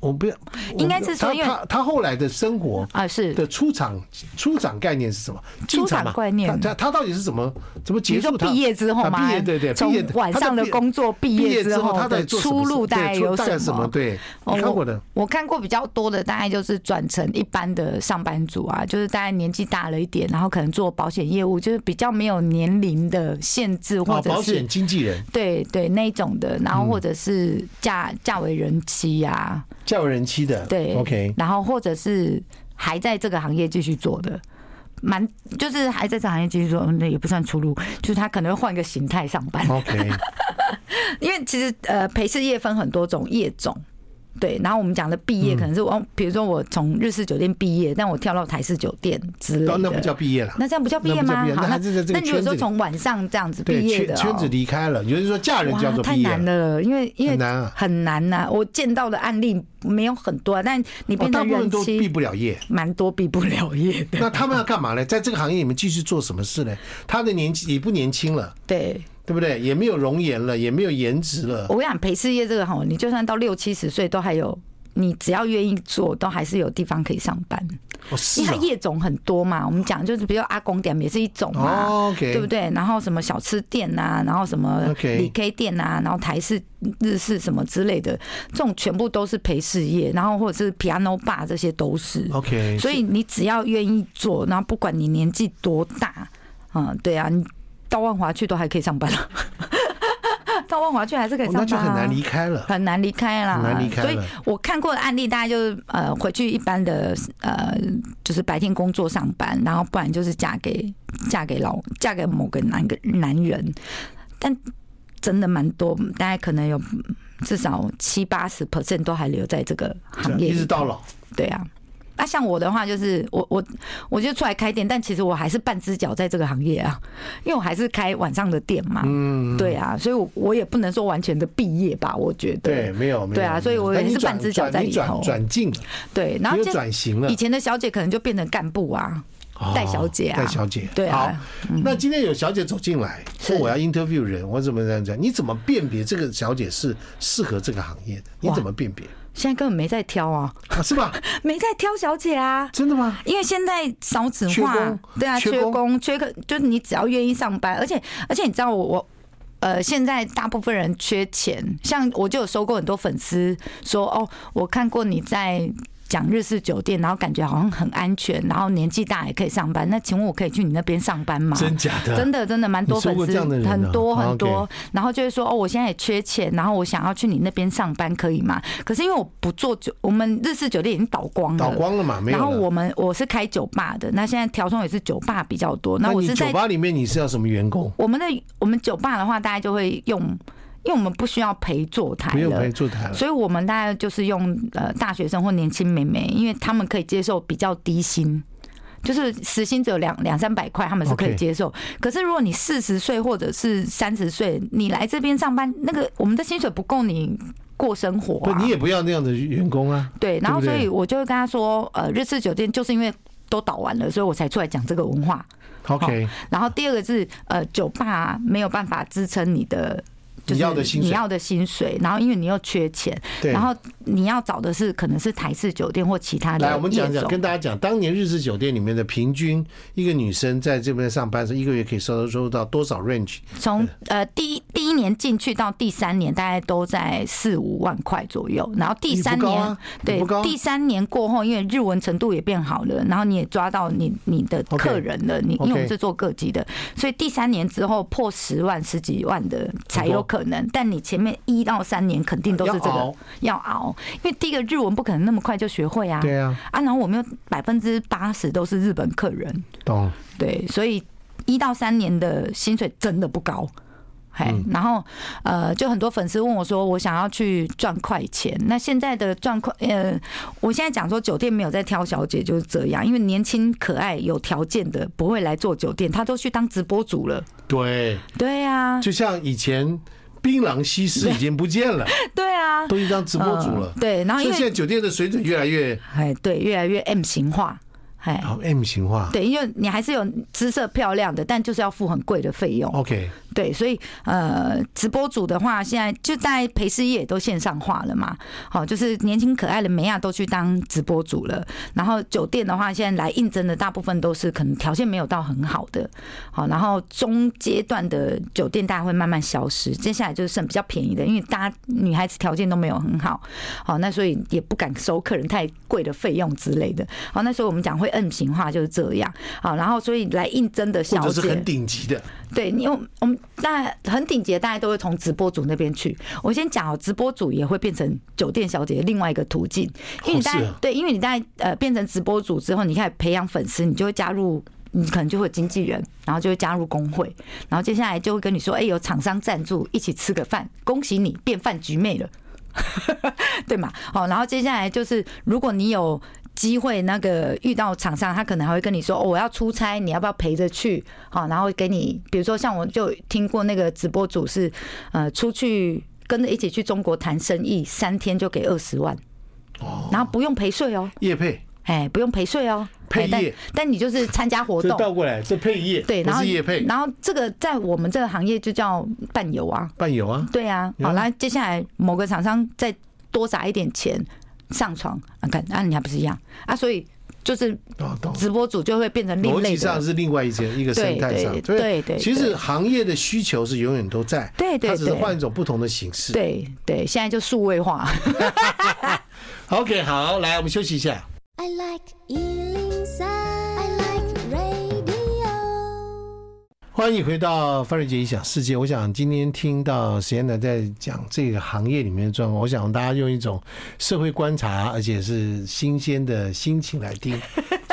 [SPEAKER 1] 我不要，我
[SPEAKER 2] 应该是说
[SPEAKER 1] 她
[SPEAKER 2] 因为
[SPEAKER 1] 她她后来的生活
[SPEAKER 2] 啊是
[SPEAKER 1] 的出场出场概念是什么？进
[SPEAKER 2] 出场
[SPEAKER 1] 嘛
[SPEAKER 2] 概念
[SPEAKER 1] 她她她到底是怎么怎么结
[SPEAKER 2] 你说
[SPEAKER 1] 束她？
[SPEAKER 2] 毕业之后
[SPEAKER 1] 啊
[SPEAKER 2] 吗？
[SPEAKER 1] 毕业对对，
[SPEAKER 2] 从
[SPEAKER 1] 毕业
[SPEAKER 2] 晚上的工作毕
[SPEAKER 1] 业
[SPEAKER 2] 业
[SPEAKER 1] 之
[SPEAKER 2] 之后
[SPEAKER 1] 她在
[SPEAKER 2] 的
[SPEAKER 1] 做什么
[SPEAKER 2] 出路
[SPEAKER 1] 事对
[SPEAKER 2] 大概
[SPEAKER 1] 出
[SPEAKER 2] 有
[SPEAKER 1] 干什么？对，你
[SPEAKER 2] 哦
[SPEAKER 1] 看过的。
[SPEAKER 2] 我看过比较多的，大概就是转成一般的上班族啊，就是大概年纪大了一点，然后可能做保险业务，就是比较没有年龄的限制，或
[SPEAKER 1] 哦，
[SPEAKER 2] 者
[SPEAKER 1] 保
[SPEAKER 2] 是
[SPEAKER 1] 险经纪人、
[SPEAKER 2] 对对那一种的，然
[SPEAKER 1] 嗯
[SPEAKER 2] 后或者是嫁嫁为人妻啊，
[SPEAKER 1] 嫁为人妻的，
[SPEAKER 2] 对 *laughs*
[SPEAKER 1] ，OK，
[SPEAKER 2] 然后或者是还在这个行业继续做的，蛮就是还在这个行业继续做，嗯那也不算出路，就是他可能会换一个形态上班，
[SPEAKER 1] OK，
[SPEAKER 2] 因为其实呃陪侍业分很多种业种。对，然后我们讲的
[SPEAKER 1] 嗯
[SPEAKER 2] 毕业可能是我，哦比如说我从日式酒店毕业，但我跳到台式酒店之类的，
[SPEAKER 1] 哦那不叫毕业了。
[SPEAKER 2] 那这样不叫毕业
[SPEAKER 1] 那不叫
[SPEAKER 2] 吗
[SPEAKER 1] 毕业？
[SPEAKER 2] 好，
[SPEAKER 1] 那还是在这个
[SPEAKER 2] 那你有
[SPEAKER 1] 圈子
[SPEAKER 2] 时候
[SPEAKER 1] 里
[SPEAKER 2] 从晚上这样子
[SPEAKER 1] 对
[SPEAKER 2] 毕业
[SPEAKER 1] 圈
[SPEAKER 2] 的、哦，
[SPEAKER 1] 圈子离开了，有人说嫁人叫
[SPEAKER 2] 哇
[SPEAKER 1] 做
[SPEAKER 2] 太
[SPEAKER 1] 毕业
[SPEAKER 2] 难
[SPEAKER 1] 了，
[SPEAKER 2] 了，因为因为
[SPEAKER 1] 很难啊。
[SPEAKER 2] 很难呐、我见到的案例没有很多、啊，但你
[SPEAKER 1] 哦，
[SPEAKER 2] 变
[SPEAKER 1] 大
[SPEAKER 2] 成
[SPEAKER 1] 部分
[SPEAKER 2] 人
[SPEAKER 1] 都毕
[SPEAKER 2] 妻，
[SPEAKER 1] 不了
[SPEAKER 2] *laughs*
[SPEAKER 1] 业。
[SPEAKER 2] 蛮多毕不了业的。
[SPEAKER 1] 那他们要干嘛呢？在这个行业里面继续做什么事呢？他的年纪也不年轻了，
[SPEAKER 2] 对，
[SPEAKER 1] *laughs* 对不对？也没有容颜了，也没有颜值了
[SPEAKER 2] 我。跟你讲，陪事业这个哈，你就算到六七十岁都还有。你只要愿意做，都还是有地方可以上班，
[SPEAKER 1] 哦，是
[SPEAKER 2] 因为
[SPEAKER 1] 啊
[SPEAKER 2] 它。业种很多嘛。我们讲就是，比如阿公店也是一种嘛，
[SPEAKER 1] 哦，OK，
[SPEAKER 2] 对不对？然后什么小吃店呐、然后什么
[SPEAKER 1] OK
[SPEAKER 2] 李 K 店呐、然后台式、日式什么之类的，这种全部都是陪事业，然后或者是 piano bar 这些都是。
[SPEAKER 1] ？OK，
[SPEAKER 2] 所以你只要愿意做，然后不管你年纪多大，嗯，对啊，你到万华去都还可以上班了， *laughs* 到万华去还是可以
[SPEAKER 1] 哦
[SPEAKER 2] 上班、
[SPEAKER 1] 那
[SPEAKER 2] 啊，
[SPEAKER 1] 就很难离开了。
[SPEAKER 2] 很难离开啦，
[SPEAKER 1] 很难离开了
[SPEAKER 2] 所以我看过的案例，大概就是呃，回去一般的呃，就是白天工作上班，然后不然就是嫁给嫁给老嫁给某个男个男人，但真的蛮多，大概可能有至少七八十 percent 都还留在这个
[SPEAKER 1] 这
[SPEAKER 2] 行
[SPEAKER 1] 样
[SPEAKER 2] 业
[SPEAKER 1] 一
[SPEAKER 2] 里
[SPEAKER 1] 直到老，
[SPEAKER 2] 对啊。那、像我的话，就是我我我就出来开店，但其实我还是半只脚在这个行业啊，因为我还是开晚上的店嘛，
[SPEAKER 1] 嗯，
[SPEAKER 2] 对啊，所以我我也不能说完全的毕业吧，我觉得
[SPEAKER 1] 对，没有，没有
[SPEAKER 2] 对啊所以我
[SPEAKER 1] 没有
[SPEAKER 2] 也是
[SPEAKER 1] 那你转
[SPEAKER 2] 半只脚在
[SPEAKER 1] 转你
[SPEAKER 2] 里
[SPEAKER 1] 转
[SPEAKER 2] 头
[SPEAKER 1] 转进了，
[SPEAKER 2] 对然后
[SPEAKER 1] 你有
[SPEAKER 2] 接
[SPEAKER 1] 转型了
[SPEAKER 2] 以。前的小姐可能就变成干部啊，
[SPEAKER 1] 哦
[SPEAKER 2] 戴小姐啊
[SPEAKER 1] 戴小姐，
[SPEAKER 2] 对啊
[SPEAKER 1] 好，那今天有小姐走进来，说
[SPEAKER 2] 是
[SPEAKER 1] 我要 interview 人，我怎么这样讲？你怎么辨别这个小姐是适合这个行业的？你
[SPEAKER 2] 哇
[SPEAKER 1] 怎么辨别？
[SPEAKER 2] 现在根本没在挑啊，
[SPEAKER 1] 啊，是
[SPEAKER 2] *laughs*
[SPEAKER 1] 吧？
[SPEAKER 2] 没在挑小姐啊。
[SPEAKER 1] 真的吗？
[SPEAKER 2] 因为现在少子
[SPEAKER 1] 缺
[SPEAKER 2] 化
[SPEAKER 1] 工，
[SPEAKER 2] 对啊，
[SPEAKER 1] 缺
[SPEAKER 2] 缺
[SPEAKER 1] 工
[SPEAKER 2] 工缺个，就是你只要愿意上班，而且而且你知道我我。呃，现在大部分人缺钱，像我就有收过很多粉丝说，哦，我看过你在讲日式酒店，然后感觉好像很安全，然后年纪大也可以上班，那请问我可以去你那边上班吗？
[SPEAKER 1] 真假的？
[SPEAKER 2] 真的真的蛮多
[SPEAKER 1] 你收
[SPEAKER 2] 粉
[SPEAKER 1] 过
[SPEAKER 2] 丝，
[SPEAKER 1] 这样的人啊
[SPEAKER 2] 很多
[SPEAKER 1] 啊
[SPEAKER 2] 很多
[SPEAKER 1] OK，
[SPEAKER 2] 然后就会说哦，我现在也缺钱，然后我想要去你那边上班，可以吗？可是因为我不做酒，我们日式酒店已经倒光
[SPEAKER 1] 倒
[SPEAKER 2] 了。
[SPEAKER 1] 光了嘛？没有
[SPEAKER 2] 然
[SPEAKER 1] 了。
[SPEAKER 2] 后我们我是开酒吧的，那现在调通也是酒吧比较多。那我
[SPEAKER 1] 你
[SPEAKER 2] 是
[SPEAKER 1] 酒
[SPEAKER 2] 在
[SPEAKER 1] 吧里面你是要什么员工？
[SPEAKER 2] 我们的我们酒吧的话，大家就会用，因为我们不需要陪坐台
[SPEAKER 1] 不用
[SPEAKER 2] 了
[SPEAKER 1] 陪，坐台了。
[SPEAKER 2] 所以我们大概就是用呃大学生或年轻妹妹，因为他们可以接受比较低薪。就是时薪只有两两三百块，他们是可以
[SPEAKER 4] OK
[SPEAKER 2] 接受。可是如果你四十岁或者是三十岁，你来这边上班，那个我们的薪水不够你过生活、
[SPEAKER 1] 不，
[SPEAKER 2] 啊。
[SPEAKER 1] 你也不要那样的员工啊。
[SPEAKER 2] 对，然后
[SPEAKER 1] 对不
[SPEAKER 2] 所
[SPEAKER 1] 对
[SPEAKER 2] 以我就会跟他说，呃，日式酒店就是因为都倒完了，所以我才出来讲这个文化。
[SPEAKER 1] OK，
[SPEAKER 2] 然后第二个是呃，酒吧没有办法支撑你的。就是
[SPEAKER 1] 你要的薪水
[SPEAKER 2] 你要的薪水，然后因为你又缺钱，
[SPEAKER 1] 对
[SPEAKER 2] 然后你要找的是可能是台式酒店或其他的
[SPEAKER 1] 来，我们讲
[SPEAKER 2] 业
[SPEAKER 1] 讲，
[SPEAKER 2] 种
[SPEAKER 1] 跟大家讲，当年日式酒店里面的平均一个女生在这边上班的时候，一个月可以收收入到多少 range？
[SPEAKER 2] 从呃第一第一年进去到第三年，大概都在四五万块左右。然后第三
[SPEAKER 1] 也不高
[SPEAKER 2] 年，
[SPEAKER 1] 啊也
[SPEAKER 2] 对
[SPEAKER 1] 不高，
[SPEAKER 2] 第三年过后，因为日文程度也变好了，然后你也抓到你你的
[SPEAKER 1] OK
[SPEAKER 2] 客人了你
[SPEAKER 1] OK
[SPEAKER 2] 因为我们是做各级的，所以第三年之后破十万、十几万的才有可能。但你前面一到三年肯定都是这
[SPEAKER 1] 要
[SPEAKER 2] 个
[SPEAKER 1] 熬
[SPEAKER 2] 要熬，因为第一个日文不可能那么快就学会啊。
[SPEAKER 1] 对啊，
[SPEAKER 2] 啊，然后我们有百分之八十都是日本客人，
[SPEAKER 1] 懂。
[SPEAKER 2] 对，所以一到三年的薪水真的不高。嘿，
[SPEAKER 1] 嗯
[SPEAKER 2] 然后呃，就很多粉丝问我说，我想要去赚快钱。那现在的赚快，呃，我现在讲说酒店没有在挑小姐就是这样，因为年轻可爱有条件的不会来做酒店，他都去当直播主了。
[SPEAKER 1] 对，
[SPEAKER 2] 对啊，
[SPEAKER 1] 就像以前槟榔西施已经不见
[SPEAKER 2] *laughs*
[SPEAKER 1] 了，
[SPEAKER 2] 对啊，
[SPEAKER 1] 都去当直播主了
[SPEAKER 2] 嗯。对，然后
[SPEAKER 1] 所以
[SPEAKER 2] 因
[SPEAKER 1] 现在
[SPEAKER 2] 为
[SPEAKER 1] 酒店的水准越来越
[SPEAKER 2] 哎，对，越来越 M 型化，哎，
[SPEAKER 1] 好 M 型化。
[SPEAKER 2] 对，因为你还是有姿色漂亮的，但就是要付很贵的费用。
[SPEAKER 1] OK，
[SPEAKER 2] 对，所以呃，直播主的话，现在就在陪事业也都线上化了嘛。好、就是年轻可爱的梅亚都去当直播主了。然后酒店的话，现在来应征的大部分都是可能条件没有到很好的。好、然后中阶段的酒店大家会慢慢消失，接下来就是剩比较便宜的，因为大家女孩子条件都没有很好。好、那所以也不敢收客人太贵的费用之类的。好、那所以我们讲会 N 型化就是这样。好、然后所以来应征的
[SPEAKER 1] 或
[SPEAKER 2] 小
[SPEAKER 1] 者
[SPEAKER 2] 姐
[SPEAKER 1] 是很顶级的，
[SPEAKER 2] 对，因为我们大家很顶级，的，大家都会从直播主那边去。我先讲哦，直播主也会变成酒店小姐的另外一个途径，因
[SPEAKER 1] 哦
[SPEAKER 2] 为你大
[SPEAKER 1] 是
[SPEAKER 2] 概、
[SPEAKER 1] 啊
[SPEAKER 2] 对，因为你大概呃变成直播主之后，你开始培养粉丝，你就会加入。你可能就会有经纪人，然后就会加入工会，然后接下来就会跟你说，哎、有厂商赞助，一起吃个饭，恭喜你变饭局妹了。对嘛？好，然后接下来就是，如果你有机会那个遇到厂商，他可能还会跟你说，哦，我要出差，你要不要陪着去？好，然后给你，比如说像我就听过那个直播主是，呃，出去跟着一起去中国谈生意，三天就给二十万，然后不用陪睡哦，
[SPEAKER 1] 叶配，
[SPEAKER 2] 哎，不用陪睡哦，
[SPEAKER 1] 配
[SPEAKER 2] 哎但
[SPEAKER 1] 业
[SPEAKER 2] 但你就是参加活
[SPEAKER 1] *laughs* 这
[SPEAKER 2] 动。
[SPEAKER 1] 倒过来，这配业，
[SPEAKER 2] 对，
[SPEAKER 1] 不
[SPEAKER 2] 然后
[SPEAKER 1] 是叶配，
[SPEAKER 2] 然后这个在我们这个行业就叫伴游啊，
[SPEAKER 1] 伴游啊，
[SPEAKER 2] 对啊，
[SPEAKER 1] 嗯
[SPEAKER 2] 好啦，接下来某个厂商再多砸一点钱上床，啊，看啊，你还不是一样啊？所以就是
[SPEAKER 1] 懂懂。
[SPEAKER 2] 直播主就会变成另
[SPEAKER 1] 逻
[SPEAKER 2] 类
[SPEAKER 1] 辑上
[SPEAKER 2] 的，
[SPEAKER 1] 是另外一件一个生态上，
[SPEAKER 2] 对
[SPEAKER 1] 所以
[SPEAKER 2] 对对
[SPEAKER 1] 其实行业的需求是永远都在，
[SPEAKER 2] 对对
[SPEAKER 1] 它只是
[SPEAKER 2] 对
[SPEAKER 1] 换一种不同的形式。
[SPEAKER 2] 对对，现在就数位化。
[SPEAKER 1] OK，好，来我们休息一下。
[SPEAKER 3] I like Ealing Sound. I like radio.
[SPEAKER 1] 欢迎回到范瑞杰一想世界。我想今天听到石岩奶在讲这个行业里面的状况，我想大家用一种社会观察，而且是新鲜的心情来
[SPEAKER 2] *laughs*
[SPEAKER 1] 听，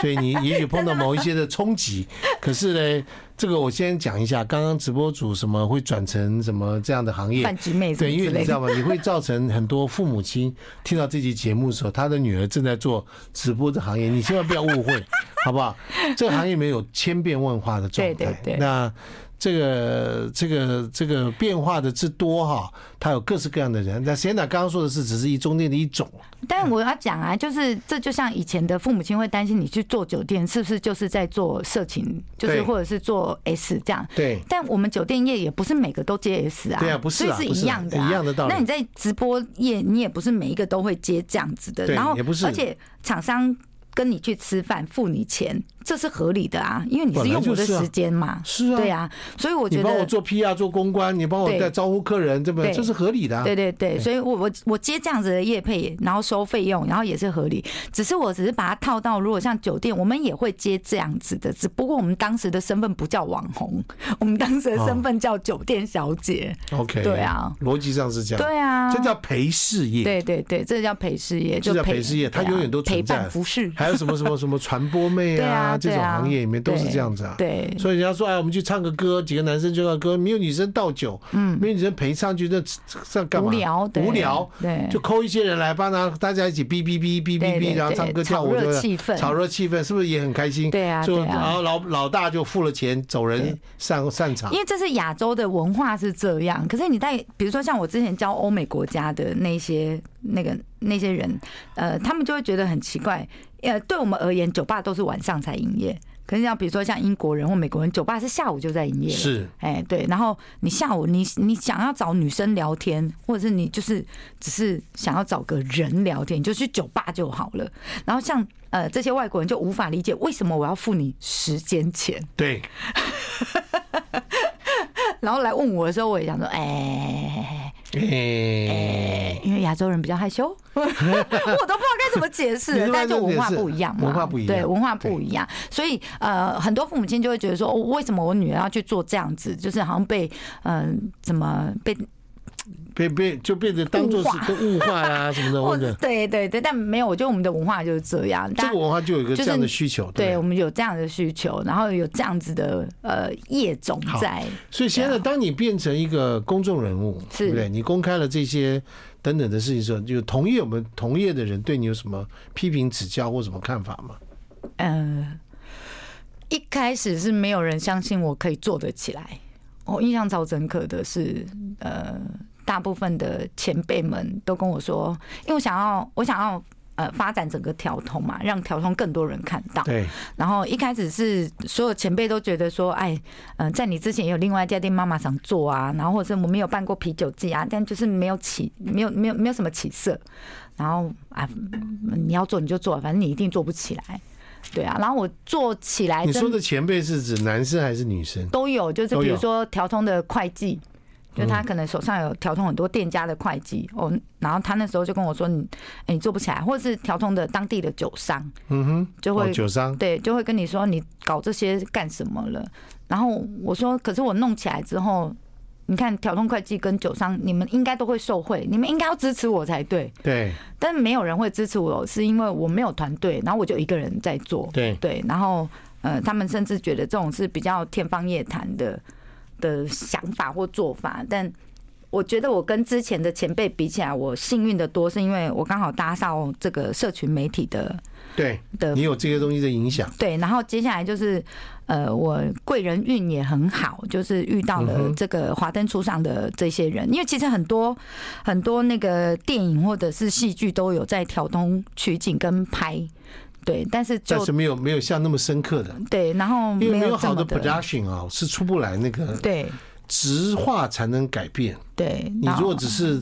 [SPEAKER 1] 所以你也许碰到某一些的冲击。可是呢，这个我先讲一下，刚刚直播主什么会转成什么这样的行业？
[SPEAKER 2] 饭局妹什么
[SPEAKER 1] 对，因为
[SPEAKER 2] 之类
[SPEAKER 1] 你知
[SPEAKER 2] 的
[SPEAKER 1] 道吗？你会造成很多父母亲听到这期节目的时候，他的女儿正在做直播的行业，你千万不要误会，好不好？这个行业里面有千变万化的状态，
[SPEAKER 2] 对对对
[SPEAKER 1] 那这个这个这个变化的之多哈，它有各式各样的人。那 s i 刚刚说的是，只是一中间的一种，
[SPEAKER 2] 但我要讲啊，就是这就像以前的父母亲会担心你去做酒店，是不是就是在做色情，就是
[SPEAKER 1] 对
[SPEAKER 2] 或者是做 S 这样。
[SPEAKER 1] 对
[SPEAKER 2] 但我们酒店业也不是每个都接 S 啊，
[SPEAKER 1] 对啊不是啊
[SPEAKER 2] 所以
[SPEAKER 1] 不是啊
[SPEAKER 2] 一样的、啊，
[SPEAKER 1] 一样的道理
[SPEAKER 2] 那你在直播业，你也不是每一个都会接这样子的，
[SPEAKER 1] 对
[SPEAKER 2] 然后
[SPEAKER 1] 也不是
[SPEAKER 2] 而且厂商跟你去吃饭付你钱，这是合理的啊，因为你是
[SPEAKER 1] 本来
[SPEAKER 2] 用我
[SPEAKER 1] 就
[SPEAKER 2] 的
[SPEAKER 1] 是啊
[SPEAKER 2] 时间嘛，
[SPEAKER 1] 是啊
[SPEAKER 2] 对啊，所以我
[SPEAKER 1] 你
[SPEAKER 2] 觉
[SPEAKER 1] 帮我
[SPEAKER 2] 得。
[SPEAKER 1] 做 PR 做公关，你帮我
[SPEAKER 2] 对
[SPEAKER 1] 在招呼客人，这么
[SPEAKER 2] 对
[SPEAKER 1] 这是合理的、啊。
[SPEAKER 2] 对对对，所以我我我接这样子的业配，然后收费用，然后也是合理。只是我只是把它套到，如果像酒店，我们也会接这样子的，只不过我们当时的身份不叫网红，我们当
[SPEAKER 1] 哦
[SPEAKER 2] 时的身份叫酒店小姐。
[SPEAKER 1] OK，
[SPEAKER 2] 对啊，
[SPEAKER 1] 逻辑上是这样，
[SPEAKER 2] 对啊，
[SPEAKER 1] 这叫陪事业。
[SPEAKER 2] 对对对，这叫陪事业，
[SPEAKER 1] 这
[SPEAKER 2] 就
[SPEAKER 1] 叫
[SPEAKER 2] 陪
[SPEAKER 1] 陪事业它
[SPEAKER 2] 对啊
[SPEAKER 1] 永远都存
[SPEAKER 2] 陪
[SPEAKER 1] 在
[SPEAKER 2] 伴服饰。 *laughs*
[SPEAKER 1] 还有什么什么什么传播妹
[SPEAKER 2] 对
[SPEAKER 1] 啊，
[SPEAKER 2] 啊
[SPEAKER 1] 这
[SPEAKER 2] 对啊
[SPEAKER 1] 种行业里面都是
[SPEAKER 2] 对
[SPEAKER 1] 这样子啊。
[SPEAKER 2] 对，
[SPEAKER 1] 所以人家说，哎，我们去唱个歌，几个男生就唱歌，没有女生倒酒，
[SPEAKER 2] 嗯，
[SPEAKER 1] 没有女生陪唱去，那这干嘛？
[SPEAKER 2] 无聊，对
[SPEAKER 1] 无聊，，
[SPEAKER 2] 对，
[SPEAKER 1] 就抠一些人来帮他，大家一起哔哔哔哔
[SPEAKER 2] 对
[SPEAKER 1] 哔
[SPEAKER 2] 对
[SPEAKER 1] 哔，然后
[SPEAKER 2] 对
[SPEAKER 1] 唱歌跳
[SPEAKER 2] 炒
[SPEAKER 1] 舞，对不
[SPEAKER 2] 热
[SPEAKER 1] 对？
[SPEAKER 2] 气氛，
[SPEAKER 1] 炒热气氛，是不是也很开心？
[SPEAKER 2] 对啊
[SPEAKER 1] 就
[SPEAKER 2] 对啊
[SPEAKER 1] 然后老老大就付了钱走人
[SPEAKER 2] 对
[SPEAKER 1] 散散场
[SPEAKER 2] 因。为这是亚洲的文化是这样，可是你在比如说像我之前教欧美国家的那些那个那些人，呃，他们就会觉得很奇怪，呃，对我们而言，酒吧都是晚上才营业，可是像比如说像英国人或美国人，酒吧是下午就在营业了，
[SPEAKER 1] 是，
[SPEAKER 2] 哎，对，然后你下午你你想要找女生聊天，或者是你就是只是想要找个人聊天，你就去酒吧就好了。然后像呃这些外国人就无法理解为什么我要付你时间钱，
[SPEAKER 1] 对，
[SPEAKER 2] 然后来问我的时候，我也想说，哎、
[SPEAKER 1] 哎，
[SPEAKER 2] 因为亚洲人比较
[SPEAKER 1] *laughs*
[SPEAKER 2] 害羞，我都不知道该怎么解
[SPEAKER 1] 你
[SPEAKER 2] 释
[SPEAKER 1] 说，
[SPEAKER 2] 但就文化
[SPEAKER 1] 这个
[SPEAKER 2] 不一样嘛，
[SPEAKER 1] 文化不一样
[SPEAKER 2] 对，文化不一样，所以呃，很多父母亲就会觉得说，哦，为什么我女儿要去做这样子，就是好像被嗯、怎么被
[SPEAKER 1] 被被就变得当做
[SPEAKER 2] 物化
[SPEAKER 1] 是个物化啦什么
[SPEAKER 2] *laughs*
[SPEAKER 1] 的，
[SPEAKER 2] 或
[SPEAKER 1] 或
[SPEAKER 2] 者
[SPEAKER 1] 者
[SPEAKER 2] 哦对对对，但没有，我觉得我们的文化就是这样，
[SPEAKER 1] 这
[SPEAKER 2] 大
[SPEAKER 1] 个文化就有一个
[SPEAKER 2] 就
[SPEAKER 1] 这
[SPEAKER 2] 是
[SPEAKER 1] 样的需求，
[SPEAKER 2] 对
[SPEAKER 1] 不
[SPEAKER 2] 我们有这样的需求，然后有这样子的呃业种
[SPEAKER 1] 好
[SPEAKER 2] 在，
[SPEAKER 1] 所以现在，当你变成一个公众人物，
[SPEAKER 2] 是
[SPEAKER 1] 对不对？你公开了这些等等的事情的时候，就同业我们同业的人对你有什么批评指教或什么看法吗？
[SPEAKER 2] 呃，一开始是没有人相信我可以做得起来。我印象超深刻的是，呃，大部分的前辈们都跟我说，因为我想要，我想要。呃，发展整个调通嘛，让调通更多人看到。
[SPEAKER 1] 对，
[SPEAKER 2] 然后一开始是所有前辈都觉得说，哎，嗯、在你之前有另外一家店妈妈想做啊，然后或者是我们有办过啤酒季啊，但就是没有起，没有没有没有什么起色。然后啊，嗯你要做你就做，反正你一定做不起来，对啊。然后我做起来
[SPEAKER 1] 你说
[SPEAKER 2] 真
[SPEAKER 1] 的前辈是指男生还是女生？
[SPEAKER 2] 都有，就是
[SPEAKER 1] 都有
[SPEAKER 2] 比如说调通的会计。就他可能手上有调通很多店家的会计哦，然后他那时候就跟我说你，哎你做不起来，或者是调通的当地的酒商
[SPEAKER 1] 嗯哼，
[SPEAKER 2] 就
[SPEAKER 1] 哦，
[SPEAKER 2] 会
[SPEAKER 1] 酒商，
[SPEAKER 2] 对，就会跟你说你搞这些干什么了。然后我说，可是我弄起来之后，你看调通会计跟酒商，你们应该都会受贿，你们应该要支持我才对。
[SPEAKER 1] 对
[SPEAKER 2] 但没有人会支持我，是因为我没有团队，然后我就一个人在做。
[SPEAKER 1] 对
[SPEAKER 2] 对，然后呃，他们甚至觉得这种是比较天方夜谭的的想法或做法，但。我觉得我跟之前的前辈比起来，我幸运的多，是因为我刚好搭上这个社群媒体的
[SPEAKER 1] 对，
[SPEAKER 2] 的
[SPEAKER 1] 你有这些东西的影响，
[SPEAKER 2] 对，然后接下来就是，呃，我贵人运也很好，就是遇到
[SPEAKER 1] 嗯
[SPEAKER 2] 了
[SPEAKER 1] 哼
[SPEAKER 2] 这个华灯初上的这些人，因为其实很多很多那个电影或者是戏剧都有在调通取景跟拍，对，但是
[SPEAKER 1] 但
[SPEAKER 2] 就是
[SPEAKER 1] 没有没有像那么深刻的，
[SPEAKER 2] 对，然后
[SPEAKER 1] 因为
[SPEAKER 2] 没
[SPEAKER 1] 没有
[SPEAKER 2] 这
[SPEAKER 1] 好
[SPEAKER 2] 么
[SPEAKER 1] 的 production 啊，是出不来那个
[SPEAKER 2] 对
[SPEAKER 1] 直话才能改变。
[SPEAKER 2] 对，
[SPEAKER 1] 你
[SPEAKER 2] 然
[SPEAKER 1] 如
[SPEAKER 2] 后
[SPEAKER 1] 果只是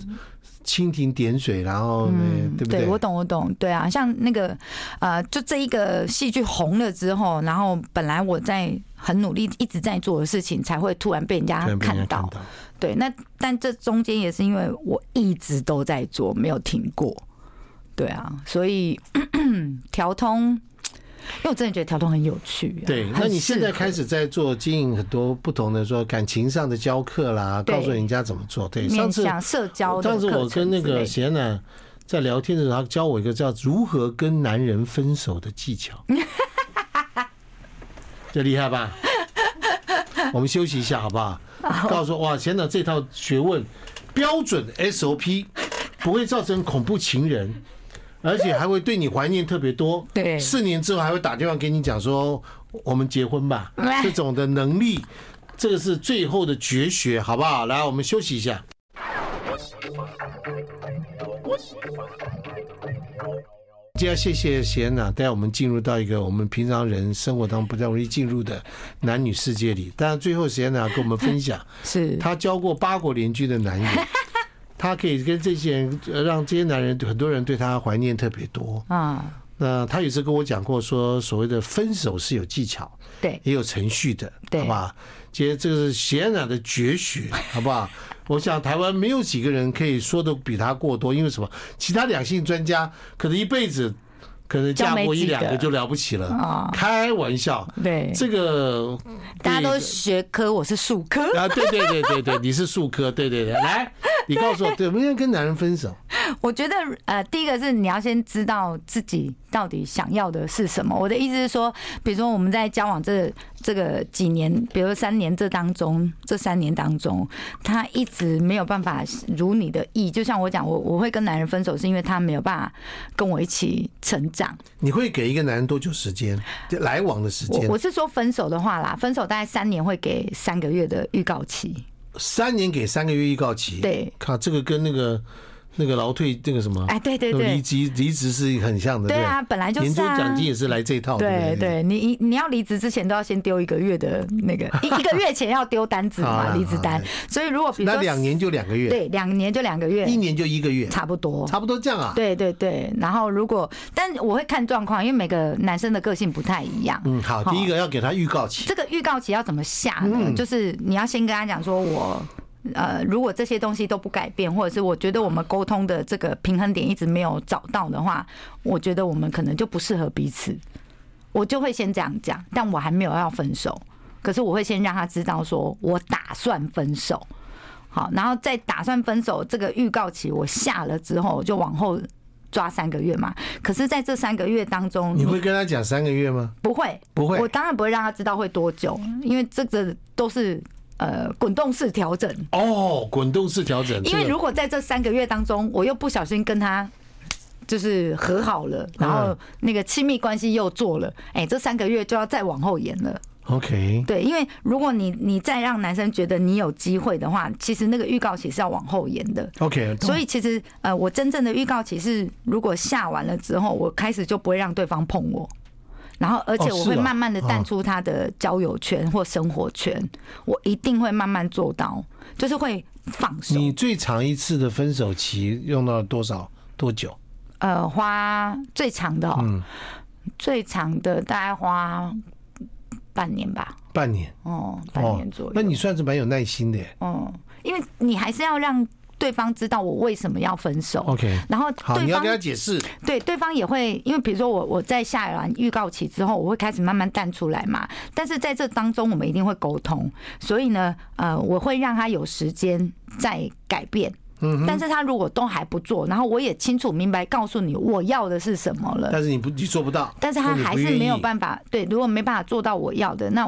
[SPEAKER 1] 蜻蜓点水，然后呢，对不
[SPEAKER 2] 嗯对我懂，我懂，对啊，像那个呃，就这一个戏剧红了之后，然后本来我在很努力一直在做的事情，才会突然被人家
[SPEAKER 1] 突然被人
[SPEAKER 2] 啊看
[SPEAKER 1] 家看
[SPEAKER 2] 到。
[SPEAKER 1] 到，
[SPEAKER 2] 对，那但这中间也是因为我一直都在做，没有停过。对啊，所以调通，因为我真的觉得调通很有趣、啊。
[SPEAKER 1] 对，
[SPEAKER 2] 很
[SPEAKER 1] 那你现在
[SPEAKER 2] 适合
[SPEAKER 1] 开始在做经营很多不同的说感情上的教课啦，
[SPEAKER 2] 对
[SPEAKER 1] 告诉人家怎么做。对，上
[SPEAKER 2] 面
[SPEAKER 1] 次
[SPEAKER 2] 向社交的
[SPEAKER 1] 上
[SPEAKER 2] 课程之
[SPEAKER 1] 次
[SPEAKER 2] 类的，
[SPEAKER 1] 我跟那个贤娜在聊天的时候，她教我一个叫如何跟男人分手的技
[SPEAKER 2] *laughs*
[SPEAKER 1] 巧，这厉害吧？我们休息一下好不好？告诉我哇，贤娜这套学问标准 SOP 不会造成恐怖情人。而且还会对你怀念特别多，
[SPEAKER 2] *laughs* 对
[SPEAKER 1] 四年之后还会打电话给你讲说我们结婚
[SPEAKER 2] *laughs*
[SPEAKER 1] 吧，
[SPEAKER 2] 哎
[SPEAKER 1] 这种的能力，这个是最后的绝学，好不好？来，我们休息一下。今天要谢谢贤娜带我们进入到一个我们平常人生活当中不太容易进入的男女世界里。但最后贤娜跟我们分享，
[SPEAKER 2] 是
[SPEAKER 1] 她教过八国联军的男友，她可以跟这些人，呃让这些男人很多人对她怀念特别多。
[SPEAKER 2] 啊、
[SPEAKER 1] 那她有次跟我讲过，说所谓的分手是有技巧，
[SPEAKER 2] 对，
[SPEAKER 1] 也有程序的，
[SPEAKER 2] 对
[SPEAKER 1] 好吧？其实这个是贤娜的绝
[SPEAKER 2] *laughs*
[SPEAKER 1] 学，好不好？我想台湾没有几个人可以说的比他过多，因为什么？其他两性专家可能一辈子可能嫁过一
[SPEAKER 4] 就
[SPEAKER 1] 两个
[SPEAKER 4] 没几个
[SPEAKER 1] 就了不起了。
[SPEAKER 4] 啊、
[SPEAKER 1] 开玩笑，
[SPEAKER 4] 对，
[SPEAKER 1] 这个
[SPEAKER 2] 哦大家都
[SPEAKER 1] 对
[SPEAKER 2] 是学科，我是数科，
[SPEAKER 1] 啊，对对对对对，你是数科，对对对，来，你告诉我，对，不应该跟男人分手，
[SPEAKER 2] 我觉得呃，第一个是你要先知道自己到底想要的是什么。我的意思是说，比如说我们在交往这这个几年，比如说三年这当中，这三年当中，他一直没有办法如你的意。就像我讲，我我会跟男人分手，是因为他没有办法跟我一起成长。
[SPEAKER 1] 你会给一个男人多久时间？就来往的时
[SPEAKER 2] 我
[SPEAKER 1] 间
[SPEAKER 2] 我，是说分手的话啦，分手大概三年会给三个月的预告期。
[SPEAKER 1] 三年给三个月预告期，
[SPEAKER 2] 对，
[SPEAKER 1] 靠，这个跟那个那个劳退那个什么，
[SPEAKER 2] 哎，对对
[SPEAKER 1] 那个
[SPEAKER 2] 对
[SPEAKER 1] 离，职离职是很像的，
[SPEAKER 2] 对啊，本来就
[SPEAKER 1] 年
[SPEAKER 2] 是
[SPEAKER 1] 终
[SPEAKER 2] 啊。
[SPEAKER 1] 奖金也是来这一套，
[SPEAKER 2] 对
[SPEAKER 1] 哦对不，
[SPEAKER 2] 对，你你你要离职之前都要先丢一个月的那个一一个月前要丢单子
[SPEAKER 1] 好啦
[SPEAKER 2] 嘛，离职
[SPEAKER 1] 好
[SPEAKER 2] 单
[SPEAKER 1] 啦。
[SPEAKER 2] 所以如果比如
[SPEAKER 1] 那
[SPEAKER 2] 说
[SPEAKER 1] 两年就两个月，
[SPEAKER 2] 对两年就两个
[SPEAKER 1] 一
[SPEAKER 2] 月，
[SPEAKER 1] 年就一个月，
[SPEAKER 2] 差不多。
[SPEAKER 1] 差不多这样啊。
[SPEAKER 2] 对对对，然后如果但我会看状况，因为每个男生的个性不太一样。
[SPEAKER 1] 嗯，好，
[SPEAKER 2] 好
[SPEAKER 1] 第一个要给他预告期，
[SPEAKER 2] 这个预告期要怎么下呢？
[SPEAKER 1] 嗯
[SPEAKER 2] 就是你要先跟他讲说我。呃，如果这些东西都不改变，或者是我觉得我们沟通的这个平衡点一直没有找到的话，我觉得我们可能就不适合彼此。我就会先这样讲，但我还没有要分手，可是我会先让他知道说我打算分手。好，然后在打算分手这个预告期我下了之后，就往后抓三个月嘛。可是，在这三个月当中，
[SPEAKER 1] 你会跟他讲三个月吗？
[SPEAKER 2] 不会，
[SPEAKER 1] 不会
[SPEAKER 2] 嗯我当然不会让他知道会多久，因为这个都是呃滚动式调整。
[SPEAKER 1] 哦，滚动式调整，
[SPEAKER 2] 因为
[SPEAKER 1] 这个
[SPEAKER 2] 如果在这三个月当中，我又不小心跟他就是和好了，
[SPEAKER 1] 嗯
[SPEAKER 2] 然后那个亲密关系又做了，哎，这三个月就要再往后延了。
[SPEAKER 1] OK，
[SPEAKER 2] 对，因为如果你你再让男生觉得你有机会的话，其实那个预告期是要往后延的。
[SPEAKER 1] OK，
[SPEAKER 2] 所以其实呃，我真正的预告期是，如果下完了之后，我开始就不会让对方碰我。然后，而且
[SPEAKER 1] 哦
[SPEAKER 2] 我
[SPEAKER 1] 是
[SPEAKER 2] 会
[SPEAKER 1] 啊
[SPEAKER 2] 慢慢的淡出他的交友圈或生活圈，我一定会慢慢做到，就是会放手。
[SPEAKER 1] 你最长一次的分手期用到多少多久？
[SPEAKER 2] 呃，花最长的、哦，
[SPEAKER 1] 嗯
[SPEAKER 2] 最长的大概花半年吧，
[SPEAKER 1] 半年，
[SPEAKER 2] 哦，半年左右。
[SPEAKER 1] 那你算是蛮有耐心的耶。
[SPEAKER 2] 哦，因为你还是要让对方知道我为什么要分手。
[SPEAKER 1] OK，
[SPEAKER 2] 然后
[SPEAKER 1] 哦好，
[SPEAKER 2] 对
[SPEAKER 1] 你要
[SPEAKER 2] 方
[SPEAKER 1] 跟他解释。
[SPEAKER 2] 对，对方也会，因为比如说我我在下完预告期之后，我会开始慢慢淡出来嘛。但是在这当中，我们一定会沟通，所以呢，呃，我会让他有时间再改变。嗯，但是他如果都还不做，然后我也清楚明白告诉你我要的是什么了，
[SPEAKER 1] 但是你不，你做不到，
[SPEAKER 2] 但是他
[SPEAKER 1] 或你不
[SPEAKER 2] 还是
[SPEAKER 1] 愿
[SPEAKER 2] 没有
[SPEAKER 1] 意
[SPEAKER 2] 办法，对，如果没办法做到我要的，那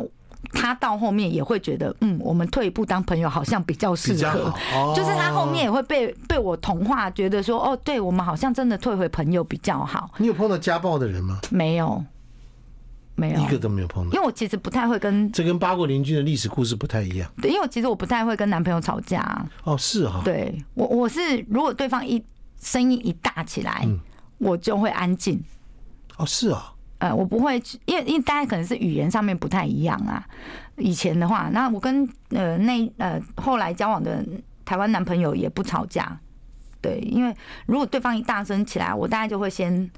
[SPEAKER 2] 他到后面也会觉得，嗯，我们退一步当朋友好像比较适
[SPEAKER 1] 比较
[SPEAKER 2] 合
[SPEAKER 1] 好，，哦
[SPEAKER 2] 就是他后面。也会被被我同化，觉得说，哦，对我们好像真的退回朋友比较好。
[SPEAKER 1] 哦你有碰到家暴的人吗？
[SPEAKER 2] 没有，没有，
[SPEAKER 1] 一个都没有碰
[SPEAKER 2] 因
[SPEAKER 1] 到。
[SPEAKER 2] 为我其实不太会跟，
[SPEAKER 1] 这跟八国邻居的历史故事不太一样
[SPEAKER 2] 对因为我其实我不太会跟男朋友吵架。啊
[SPEAKER 1] 哦，是哈、
[SPEAKER 2] 对我，我是如果对方一声音一大起来，
[SPEAKER 1] 嗯
[SPEAKER 2] 我就会安静。
[SPEAKER 1] 哦是啊、
[SPEAKER 2] 呃，我不会去，因为因为大家可能是语言上面不太一样啊。以前的话，那我跟呃那呃后来交往的台湾男朋友也不吵架，对，因为如果对方一大声起来，我大概就会先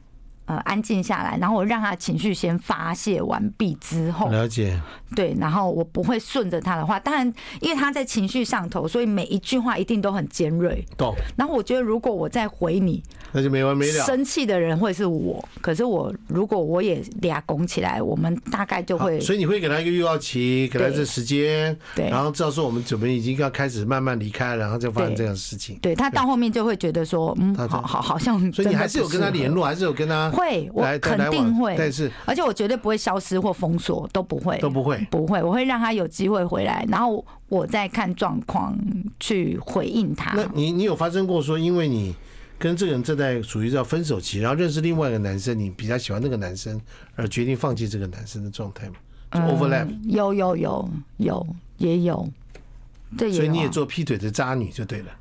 [SPEAKER 2] 呃安静下来，然后我让他的情绪先发泄完毕之后，
[SPEAKER 1] 了解。
[SPEAKER 2] 对，然后我不会顺着他的话，当然，因为他在情绪上头，所以每一句话一定都很尖锐。
[SPEAKER 1] 懂，
[SPEAKER 2] 然后我觉得，如果我再回你，
[SPEAKER 1] 那就没完没了。
[SPEAKER 2] 生气的人会是我。可是我如果我也俩拱起来，我们大概就
[SPEAKER 1] 好
[SPEAKER 2] 会
[SPEAKER 1] 所以你会给他一个预告期，给他
[SPEAKER 2] 对
[SPEAKER 1] 这时间，
[SPEAKER 2] 对
[SPEAKER 1] 然后知道说我们准备已经要开始慢慢离开了，然后再发生
[SPEAKER 2] 对
[SPEAKER 1] 这样的事情。
[SPEAKER 2] 对他到后面就会觉得说，嗯，
[SPEAKER 1] 他
[SPEAKER 2] 好好好像真
[SPEAKER 1] 所
[SPEAKER 2] 的不适合，
[SPEAKER 1] 以你还是有跟他联络，还是有跟他
[SPEAKER 2] 会，我
[SPEAKER 1] 来
[SPEAKER 2] 肯
[SPEAKER 1] 来
[SPEAKER 2] 定
[SPEAKER 1] 往
[SPEAKER 2] 会，
[SPEAKER 1] 但是
[SPEAKER 2] 而且我绝对不会消失或封锁，都不会，
[SPEAKER 1] 都不会。
[SPEAKER 2] 不会，我会让他有机会回来，然后我再看状况去回应他。
[SPEAKER 1] 那你你有发生过说，因为你跟这个人正在属于叫分手期，然后认识另外一个男生，你比较喜欢那个男生，而决定放弃这个男生的状态吗？就 overlap，、
[SPEAKER 2] 嗯有有有有也有，对，
[SPEAKER 1] 所以你
[SPEAKER 2] 有
[SPEAKER 1] 也
[SPEAKER 2] 啊
[SPEAKER 1] 做劈腿的渣女就对了。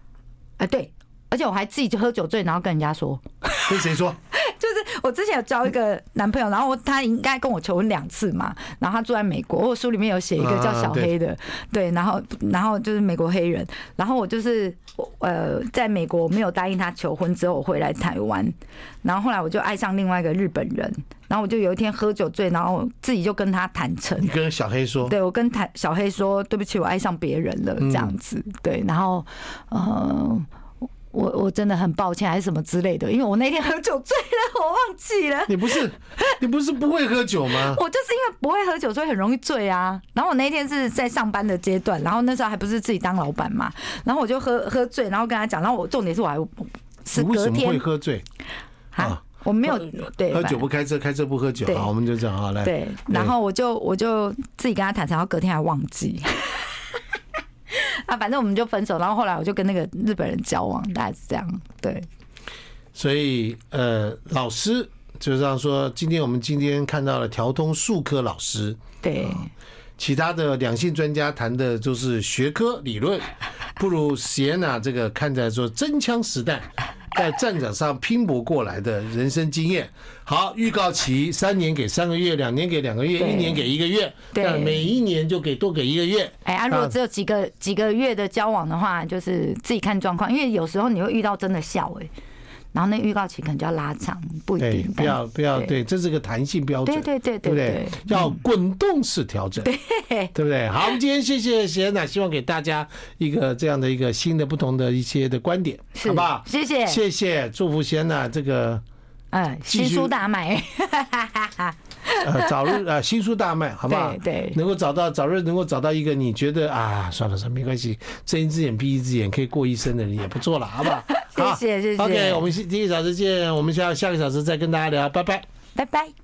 [SPEAKER 2] 啊，对。而且我还自己就喝酒醉，然后跟人家说， *laughs*
[SPEAKER 1] 跟谁说？
[SPEAKER 2] 就是我之前有交一个男朋友，然后他应该跟我求婚两次嘛，然后他住在美国，我书里面有写一个
[SPEAKER 1] 啊
[SPEAKER 2] 叫小黑的，对，然后然后就是美国黑人，然后我就是我呃在美国没有答应他求婚之后，我回来台湾，然后后来我就爱上另外一个日本人，然后我就有一天喝酒醉，然后自己就跟他坦诚，
[SPEAKER 1] 你跟小黑说。
[SPEAKER 2] *laughs* 对我跟谭小
[SPEAKER 1] 嗯
[SPEAKER 2] 黑说，对不起，我爱上别人了，这样子。对，然后呃，我我真的很抱歉还是什么之类的，因为我那天喝酒醉了， *laughs* 我忘记了。
[SPEAKER 1] 你不是你不是不会喝酒吗？
[SPEAKER 2] 我就是因为不会喝酒，所以很容易醉啊。然后我那一天是在上班的阶段，然后那时候还不是自己当老板嘛，然后我就喝喝醉，然后跟他讲，然后我重点是我还 *laughs* 是
[SPEAKER 1] 你为
[SPEAKER 2] 隔
[SPEAKER 1] 什么会
[SPEAKER 2] 天
[SPEAKER 1] 喝醉？
[SPEAKER 2] 啊
[SPEAKER 1] 啊，
[SPEAKER 2] 我没有对
[SPEAKER 1] 喝
[SPEAKER 2] 反
[SPEAKER 1] 酒不开车，开车不喝酒
[SPEAKER 2] 对。
[SPEAKER 1] 好，我们就这样好来。
[SPEAKER 2] 对，然后我就我就自己跟他坦诚，然后隔天还忘记。 *laughs* 啊，反正我们就分手，然后后来我就跟那个日本人交往，大概是这样。对，
[SPEAKER 1] 所以呃，老师就是这样说，今天我们今天看到了调通数科老师，
[SPEAKER 2] 对，
[SPEAKER 1] 哦其他的两性专家谈的就是学科理
[SPEAKER 2] *laughs*
[SPEAKER 1] 论，不如 Sienna 这个看在说真枪实弹。在战场上拼搏过来的人生经验，好，预告期三年给三个月，两年给两个月，
[SPEAKER 2] 对
[SPEAKER 1] 一年给一个月，
[SPEAKER 2] 对
[SPEAKER 1] 但每一年就给多给一个月。
[SPEAKER 2] 哎、啊，如果只有几个几个月的交往的话，就是自己看状况，因为有时候你会遇到真的笑哎、然后那预告期可能就要拉长，不一
[SPEAKER 1] 对
[SPEAKER 2] 定，，
[SPEAKER 1] 哎不要不要，
[SPEAKER 2] 对
[SPEAKER 1] 对，这是个弹性标准，
[SPEAKER 2] 对对对
[SPEAKER 1] 对不
[SPEAKER 2] 对
[SPEAKER 1] 对？要滚动式调整，对，对不对？好，我们今天谢谢谢娜，希望给大家一个这样的一个新的、不同的一些的观点，
[SPEAKER 2] 是
[SPEAKER 1] 好不好？
[SPEAKER 2] 谢谢
[SPEAKER 1] 谢谢，祝福谢娜这个
[SPEAKER 2] 嗯，
[SPEAKER 1] 继
[SPEAKER 2] 新
[SPEAKER 1] 续
[SPEAKER 2] 书大卖， *laughs*
[SPEAKER 1] 呃早日呃新书大卖，好不好？
[SPEAKER 2] 对对
[SPEAKER 1] 能够找到早日能够找到一个你觉得啊，算了算了，没关系，睁一只眼闭一只眼，可以过一生的人也不错了，好不好？好
[SPEAKER 2] *laughs* 谢谢谢谢
[SPEAKER 1] OK，我们第一个小时见，我们下下个小时再跟大家聊，拜拜。
[SPEAKER 2] 拜拜。